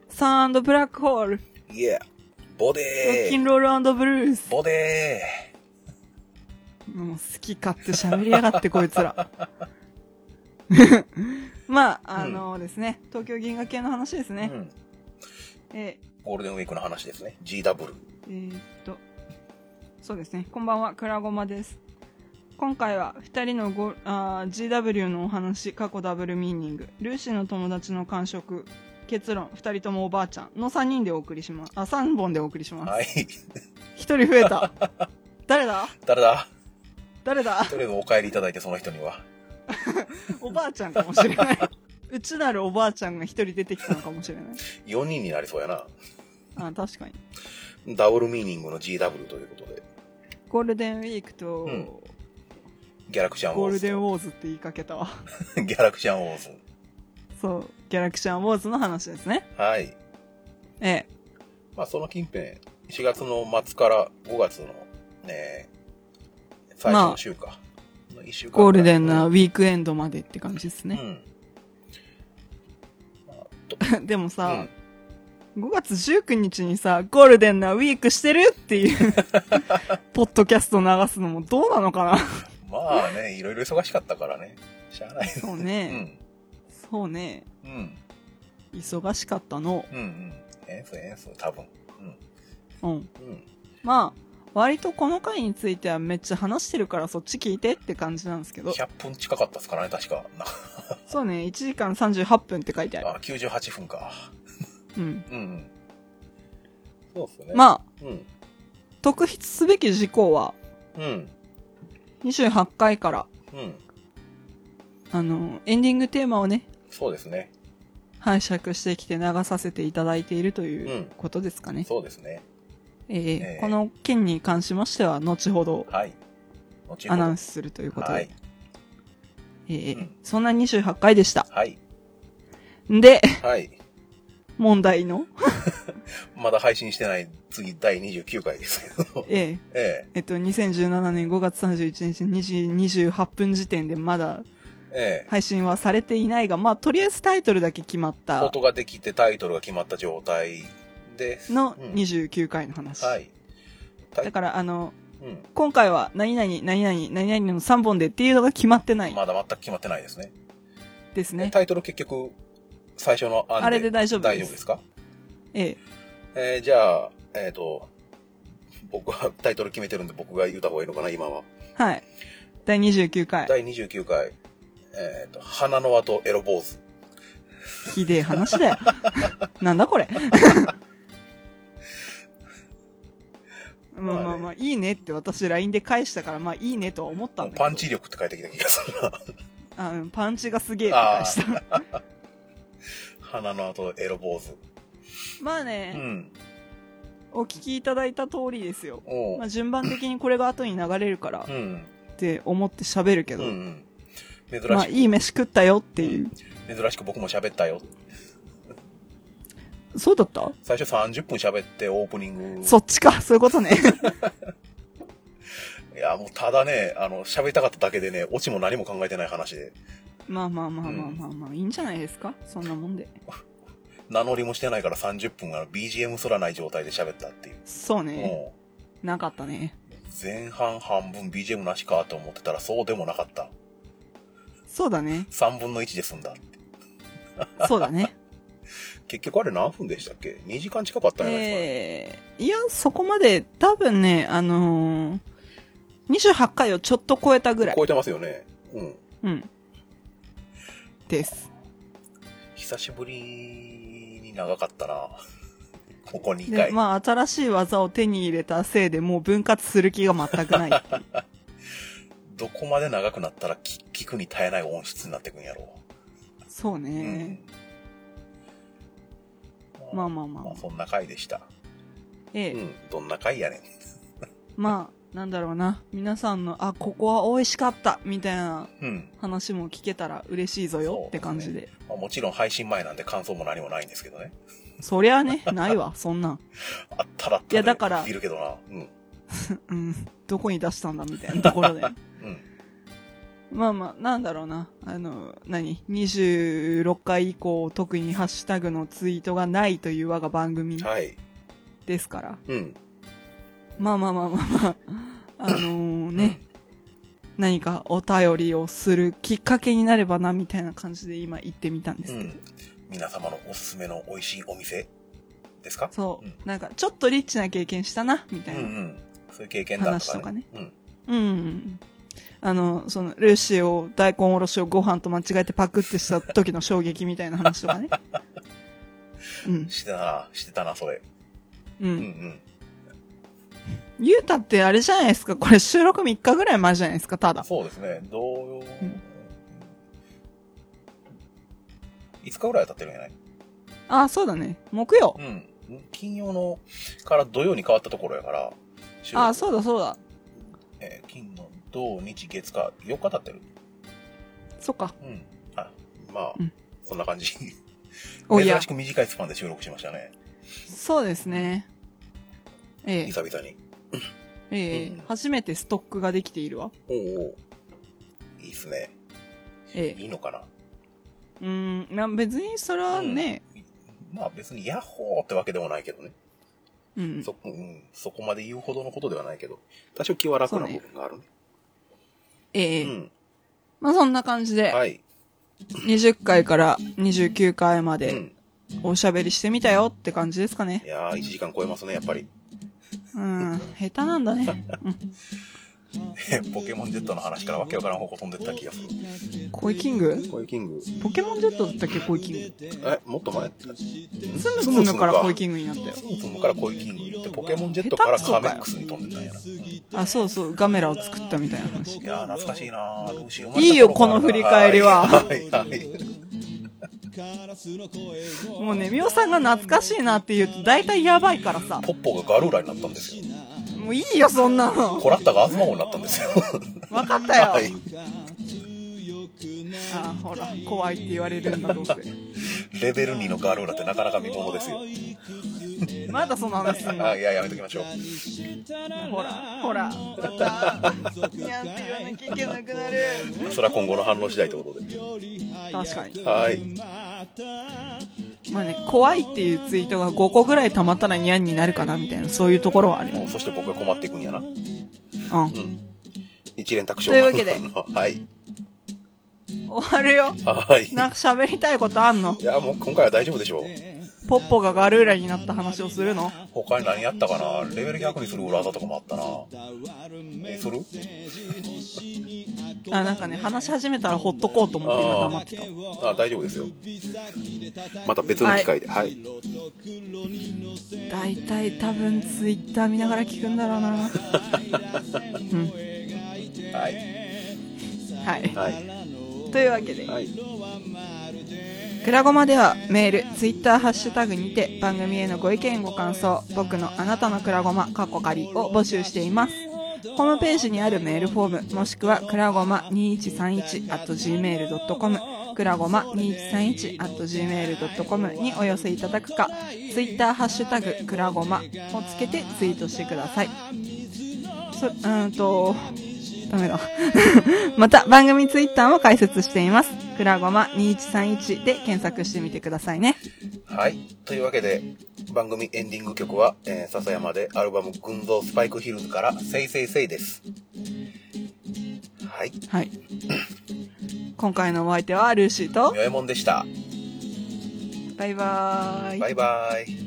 Speaker 1: サンブラックホール、
Speaker 2: イエー。ボ
Speaker 1: ロッ
Speaker 2: デ
Speaker 1: キ
Speaker 2: ー。
Speaker 1: ンロールブルース。
Speaker 2: ボデ
Speaker 1: もう好き勝手喋りやがって、こいつら。 まあ、あのですね、東京銀河系の話です
Speaker 2: ー。う
Speaker 1: ね。
Speaker 2: ん。
Speaker 1: え
Speaker 2: ゴールデンウィークの話ですね。GW。
Speaker 1: ー、えーっと、そうですね、こんばんは、くらごまです。今回は2人のごあー GW のお話、過去ダブルミーニング、ルーシーの友達の感触、結論、2人ともおばあちゃんの3人でお送りします。あ、3本でお送りします。
Speaker 2: はい。
Speaker 1: 1人増えた。 誰だ
Speaker 2: 誰だ
Speaker 1: 誰だ
Speaker 2: とりあえずお帰りいただいて、その人には。
Speaker 1: おばあちゃんかもしれない。 うちなるおばあちゃんが一人出てきたのかもしれない。
Speaker 2: 4人になりそうやな。
Speaker 1: あ確かに。
Speaker 2: ダブルミーニングの GW ということで。
Speaker 1: ゴールデンウィークと、
Speaker 2: うんギャラクシャンウ
Speaker 1: ゴ
Speaker 2: ォ
Speaker 1: ー
Speaker 2: ー
Speaker 1: ル
Speaker 2: ズ
Speaker 1: デンウ
Speaker 2: と。
Speaker 1: ォーズって言いかけたわ。
Speaker 2: ギャラクシャンウォーズ。
Speaker 1: そう。ギャラクシャンウォーズの話ですね。
Speaker 2: はい。
Speaker 1: ええ。
Speaker 2: まあ、その近辺、4月の末から5月の、ね、最初の週か。の一週間
Speaker 1: ゴールデンな
Speaker 2: う
Speaker 1: ウ
Speaker 2: ん
Speaker 1: ィークエンドまでって感じです
Speaker 2: う
Speaker 1: ね。
Speaker 2: ん。まあ と
Speaker 1: でも
Speaker 2: う
Speaker 1: さ
Speaker 2: ん、
Speaker 1: 5月19日にさ、ゴールデンなウィークしてるって いう、ポッドキャスト流すのもどうなのかな
Speaker 2: まあね、いろいろ忙しかったからね。しゃあない。
Speaker 1: そう
Speaker 2: う
Speaker 1: ね。
Speaker 2: ん。
Speaker 1: そうね。
Speaker 2: うん。
Speaker 1: 忙しかったの。
Speaker 2: うんうん。えんそうえんそう、多分。
Speaker 1: うん。
Speaker 2: うん。うん。
Speaker 1: まあ、割とこの回についてはめっちゃ話してるからそっち聞いてって感じなんですけど。
Speaker 2: 100分近かったですからね、確か。な
Speaker 1: そうね、1時間38分って書いてある。
Speaker 2: あ、98分か。
Speaker 1: うん。
Speaker 2: うんうん。そうっすね。あ。
Speaker 1: まあ、
Speaker 2: うん。
Speaker 1: 特筆すべき事項は
Speaker 2: うん。
Speaker 1: 28回から、
Speaker 2: うん。
Speaker 1: あの、エンディングテーマをね、
Speaker 2: そうですね。
Speaker 1: 拝借してきて流させていただいているといううんことですかね。
Speaker 2: そうですね。
Speaker 1: えー
Speaker 2: えー
Speaker 1: この件に関しましては、後ほど
Speaker 2: はい。後
Speaker 1: アナウンスするということで。
Speaker 2: はい。
Speaker 1: えー
Speaker 2: うん
Speaker 1: そんな28回でした。
Speaker 2: はい。
Speaker 1: んで、
Speaker 2: はい。
Speaker 1: 問題の、
Speaker 2: まだ配信してない次第29回ですけど。
Speaker 1: えー
Speaker 2: え
Speaker 1: えっと、2017年5月31日2時28分時点でまだ
Speaker 2: え。ええ。
Speaker 1: 配信はされていないが、まあ、とりあえずタイトルだけ決まった
Speaker 2: 音ができてタイトルが決まった状態です。
Speaker 1: の
Speaker 2: うん
Speaker 1: 29回の話。
Speaker 2: はい。タ
Speaker 1: だから、あの、
Speaker 2: うん。
Speaker 1: 今回は何々、何々、何々の3本でっていうのが決まってない
Speaker 2: まだ全く決まってないですね。
Speaker 1: ですね。
Speaker 2: タイトル結局、最初の案で。
Speaker 1: あれで大丈夫です
Speaker 2: 大丈夫ですか
Speaker 1: ええ。
Speaker 2: えー、じゃあ、えっ、と、僕はタイトル決めてるんで僕が言った方がいいのかな、今は。
Speaker 1: はい。第29回。
Speaker 2: 第29回、えっ、と、花の輪とエロ坊主。
Speaker 1: ひでえ話 だよ。なんだこれ。 まあまあまあ、いいねって私 LINE で返したから、まあいいねとは思ったんだけど。
Speaker 2: パンチ力って書いてきた気がするな。
Speaker 1: あうんパンチがすげえって返した。
Speaker 2: 花の輪とエロ坊主。
Speaker 1: まあ
Speaker 2: う
Speaker 1: ね、
Speaker 2: ん。
Speaker 1: お聞きいただいた通りですよ。
Speaker 2: おう
Speaker 1: まあ、順番的にこれが後に流れるから
Speaker 2: う
Speaker 1: っ
Speaker 2: ん。
Speaker 1: て思って喋るけ
Speaker 2: うん
Speaker 1: ど、
Speaker 2: うん。珍しく、
Speaker 1: まあいい飯食ったよっていう。
Speaker 2: 珍しく僕も喋ったよ。
Speaker 1: そうだった
Speaker 2: 最初30分喋ってオープニング。
Speaker 1: そっちか、 そういうことね。
Speaker 2: いや、もうただね、あの、喋りたかっただけでね、オチも何も考えてない話で、
Speaker 1: まあまあまあまあまあまあ、いいんじゃないですかそんなもんで。
Speaker 2: 名乗りもしてないから30分あの BGM すらない状態で喋ったっていう。
Speaker 1: そうね。
Speaker 2: も
Speaker 1: なかったね。
Speaker 2: う、前半半分 BGM なしかと思ってたらそうでもなかった。
Speaker 1: そうだね。
Speaker 2: 3分の1で済んだ。
Speaker 1: そうだ ね。
Speaker 2: 結局あれ何分でしたっけ ?2 時間近かったんじゃないです
Speaker 1: えー、いや、そこまで、多分ね、あのー、28回をちょっと超えたぐ
Speaker 2: かね。
Speaker 1: らい
Speaker 2: 超。えてますよね。うん。
Speaker 1: うん。です。
Speaker 2: 久しぶりに長かったな。 ここ2
Speaker 1: で、
Speaker 2: 回。
Speaker 1: まあ、新しい技を手に入れたせいで、もう分割する気が全く ない。
Speaker 2: どこまで長くなったら聞聞くに耐えない音質になってくんやろ
Speaker 1: そう
Speaker 2: う。
Speaker 1: ね。
Speaker 2: うん。
Speaker 1: まあまあまあ
Speaker 2: まあ、そんな回でした。
Speaker 1: ええ、
Speaker 2: うん。どんな回やねん。
Speaker 1: まあ、なんだろうな。皆さんの、あ、ここは美味しかった、みたいな
Speaker 2: うん。
Speaker 1: 話も聞けたら嬉しいぞよ
Speaker 2: そう
Speaker 1: って感じで。
Speaker 2: まあもちろん配信前なんで感想も何もないんですけどね。
Speaker 1: そりゃね、ないわ、そんなん。
Speaker 2: あったらあったで
Speaker 1: いやだから
Speaker 2: いるけどな。うん。
Speaker 1: うん。どこに出したんだ、みたいなところで。
Speaker 2: うん。
Speaker 1: まあまあ、なんだろうな。あの、何 ?26 回以降、特にハッシュタグのツイートがないという我が番組
Speaker 2: はい。
Speaker 1: ですから。
Speaker 2: うん。
Speaker 1: まあまあまあまあまあ。あのーね。何かお便りをするきっかけになればな、みたいな感じで今言ってみたんです
Speaker 2: う
Speaker 1: けど。
Speaker 2: ん。皆様のおすすめの美味しいお店ですか
Speaker 1: そう、
Speaker 2: うん
Speaker 1: なんか、ちょっとリッチな経験したな、みた
Speaker 2: う
Speaker 1: い
Speaker 2: ん
Speaker 1: な。
Speaker 2: う
Speaker 1: うん、
Speaker 2: ん。そういう経験談とかね。
Speaker 1: うんうん。あの、その、ルーシーを、大根おろしをご飯と間違えてパクってした時の衝撃みたいな話と かね。うん
Speaker 2: うん。。してたな、してたな、それ。
Speaker 1: う。
Speaker 2: うんうんん。
Speaker 1: ゆうたってあれじゃないですか。これ収録3日ぐらい前じゃないですか、ただ。
Speaker 2: そうですね。同様
Speaker 1: うん。
Speaker 2: 5日ぐらいは経ってるんじゃない
Speaker 1: ああ、そうだね。木曜。
Speaker 2: うん。金曜のから土曜に変わったところやから、収録
Speaker 1: ああ、そうだそうだ。
Speaker 2: えー金の土日月火4日経ってる。
Speaker 1: そっか。
Speaker 2: うん。あ、まあ、
Speaker 1: うん
Speaker 2: そんな感じ。
Speaker 1: おや
Speaker 2: 珍し。く短いスパンで収録しましたね。
Speaker 1: そうですね。ええ
Speaker 2: 久々に。
Speaker 1: ええ
Speaker 2: うん
Speaker 1: 初めてストックができているわ。
Speaker 2: おうおういいっすね。
Speaker 1: え
Speaker 2: い
Speaker 1: え
Speaker 2: いのかな
Speaker 1: うーん、な別にそれはね、
Speaker 2: まあ別にヤッホーってわけでもないけどね。
Speaker 1: うん、
Speaker 2: そ,、うん、そこまで言うほどのことではないけど、多少気は楽な部分があるね。
Speaker 1: ええ
Speaker 2: うん。
Speaker 1: まあそんな感じで、
Speaker 2: はい。
Speaker 1: 20回から29回ま
Speaker 2: う
Speaker 1: で
Speaker 2: ん。
Speaker 1: おしゃべりしてみたよって感じですか
Speaker 2: い
Speaker 1: ね。
Speaker 2: やー、1時間超えますね、やっぱり。
Speaker 1: うん、下手なんだね。
Speaker 2: ポケモン Z の話からわけわからん方向飛んでった気がする。
Speaker 1: コイキング
Speaker 2: コイキング。
Speaker 1: ポケモン Z だったっけ、コイキング。
Speaker 2: え、もっと前
Speaker 1: つむ
Speaker 2: つ
Speaker 1: つむからコイ
Speaker 2: ン
Speaker 1: キングになったよ。
Speaker 2: グ。つむつむからコイキング行って、ポケモン Z からカメックスに飛んでたんやな。
Speaker 1: あ、そうそう、ガメラを作ったみたいな話
Speaker 2: い。やー懐かしいなーどうしよう
Speaker 1: いいよこの振り返りは
Speaker 2: はいはいはい
Speaker 1: もうね、みおさんが懐かしいなって言うと大体やばいからさ。
Speaker 2: ポッポがガルーラになったんですよ
Speaker 1: もういいよ、そんなの。
Speaker 2: コラッタが東王になったんですよ
Speaker 1: わかったよ。
Speaker 2: はい
Speaker 1: あ、ほら、怖いって言われるんだ、どうせ。
Speaker 2: レベル2のガルーラってなかなか見ものですよ
Speaker 1: まだその話すんの。
Speaker 2: あいややめときましょう
Speaker 1: ほら、ほら。にゃんって言わなきゃいけなくなる。
Speaker 2: それは今後の反応次第ということで
Speaker 1: 確かに。
Speaker 2: はい
Speaker 1: まあね、怖いっていうツイートが5個ぐらい溜まったらニャンになるかな、みたいな、そういうところはある。
Speaker 2: もうそして僕が困っていくんやな
Speaker 1: うん。
Speaker 2: 一連卓上
Speaker 1: というわけで
Speaker 2: はい
Speaker 1: 終わるよ。
Speaker 2: はい
Speaker 1: なんか喋りたいことあんの
Speaker 2: いやもう今回は大丈夫でしょう
Speaker 1: ポッポがガルーラになった話をするの
Speaker 2: 他に何やったかなレベル100にする裏技とかもあったなえする
Speaker 1: あ、なんかね、話し始めたらほっとこうと思って今黙ってた。
Speaker 2: あ大丈夫ですよまた別の機会ではい
Speaker 1: 大体多分ツイッター見ながら聞くんだ ろうな。うん。
Speaker 2: はい。
Speaker 1: はい。
Speaker 2: はい。
Speaker 1: というわけで、
Speaker 2: はい。
Speaker 1: くらごまではメール、ツイッター、ハッシュタグにて番組へのご意見、ご感想、僕のあなたのくらごま、かっこかりを募集しています。ホームページにあるメールフォーム、もしくはくらごま2131 at gmail.com、くらごま2131 at gmail.com にお寄せいただくか、ツイッター、ハッシュタグ、くらごまをつけてツイートしてください。そ、うーんと、ダメだ。 また、番組ツイッターも開設しています。くらごま2131で検索してみてくださいね。
Speaker 2: はい。というわけで、番組エンディング曲は、えー笹山でアルバム、群像スパイクヒルズから、せいせいせいです。はい。
Speaker 1: はい。今回のお相手はルーシーと
Speaker 2: み、よえもんでした。
Speaker 1: バイバーイ。
Speaker 2: バイバイ。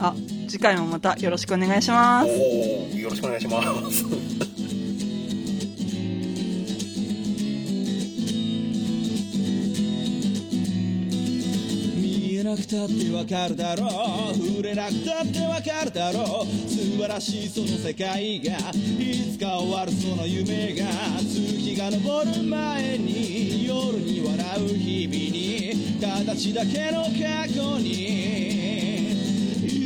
Speaker 1: あ、次回もまたよろしくお願いしま
Speaker 2: お
Speaker 1: す。
Speaker 2: ー、よろしくお願いします。
Speaker 4: 見えなくたってわかるだろう触れなくたってわかるだろう素晴らしいその世界がいつか終わるその夢が月が昇る前に夜に笑う日々に形だけの過去に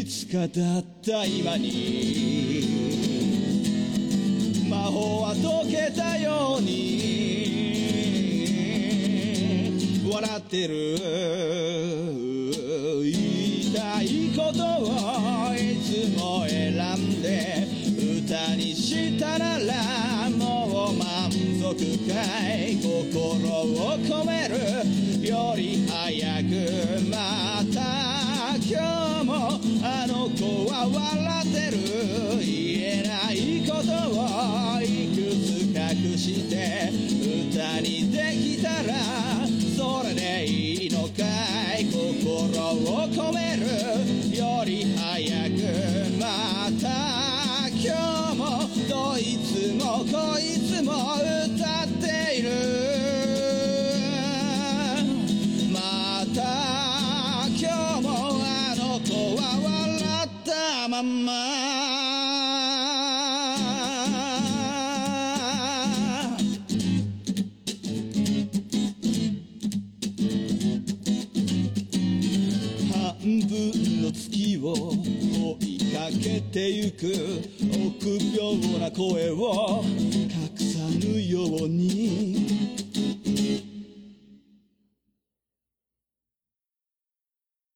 Speaker 4: いつかだった今に魔法は溶けたように笑ってる言いたいことをいつも選んで歌にし奥深い心を込めるより早くまた今日もあの子は笑ってる言えないことをいくつ隠して歌にできたらそれでいいのかい心を込めるより早くまた今日もどいつもこいつも歌っているまた今日もあの子は笑ったまんま半分の月を追いかけてゆく臆病な声を隠さぬように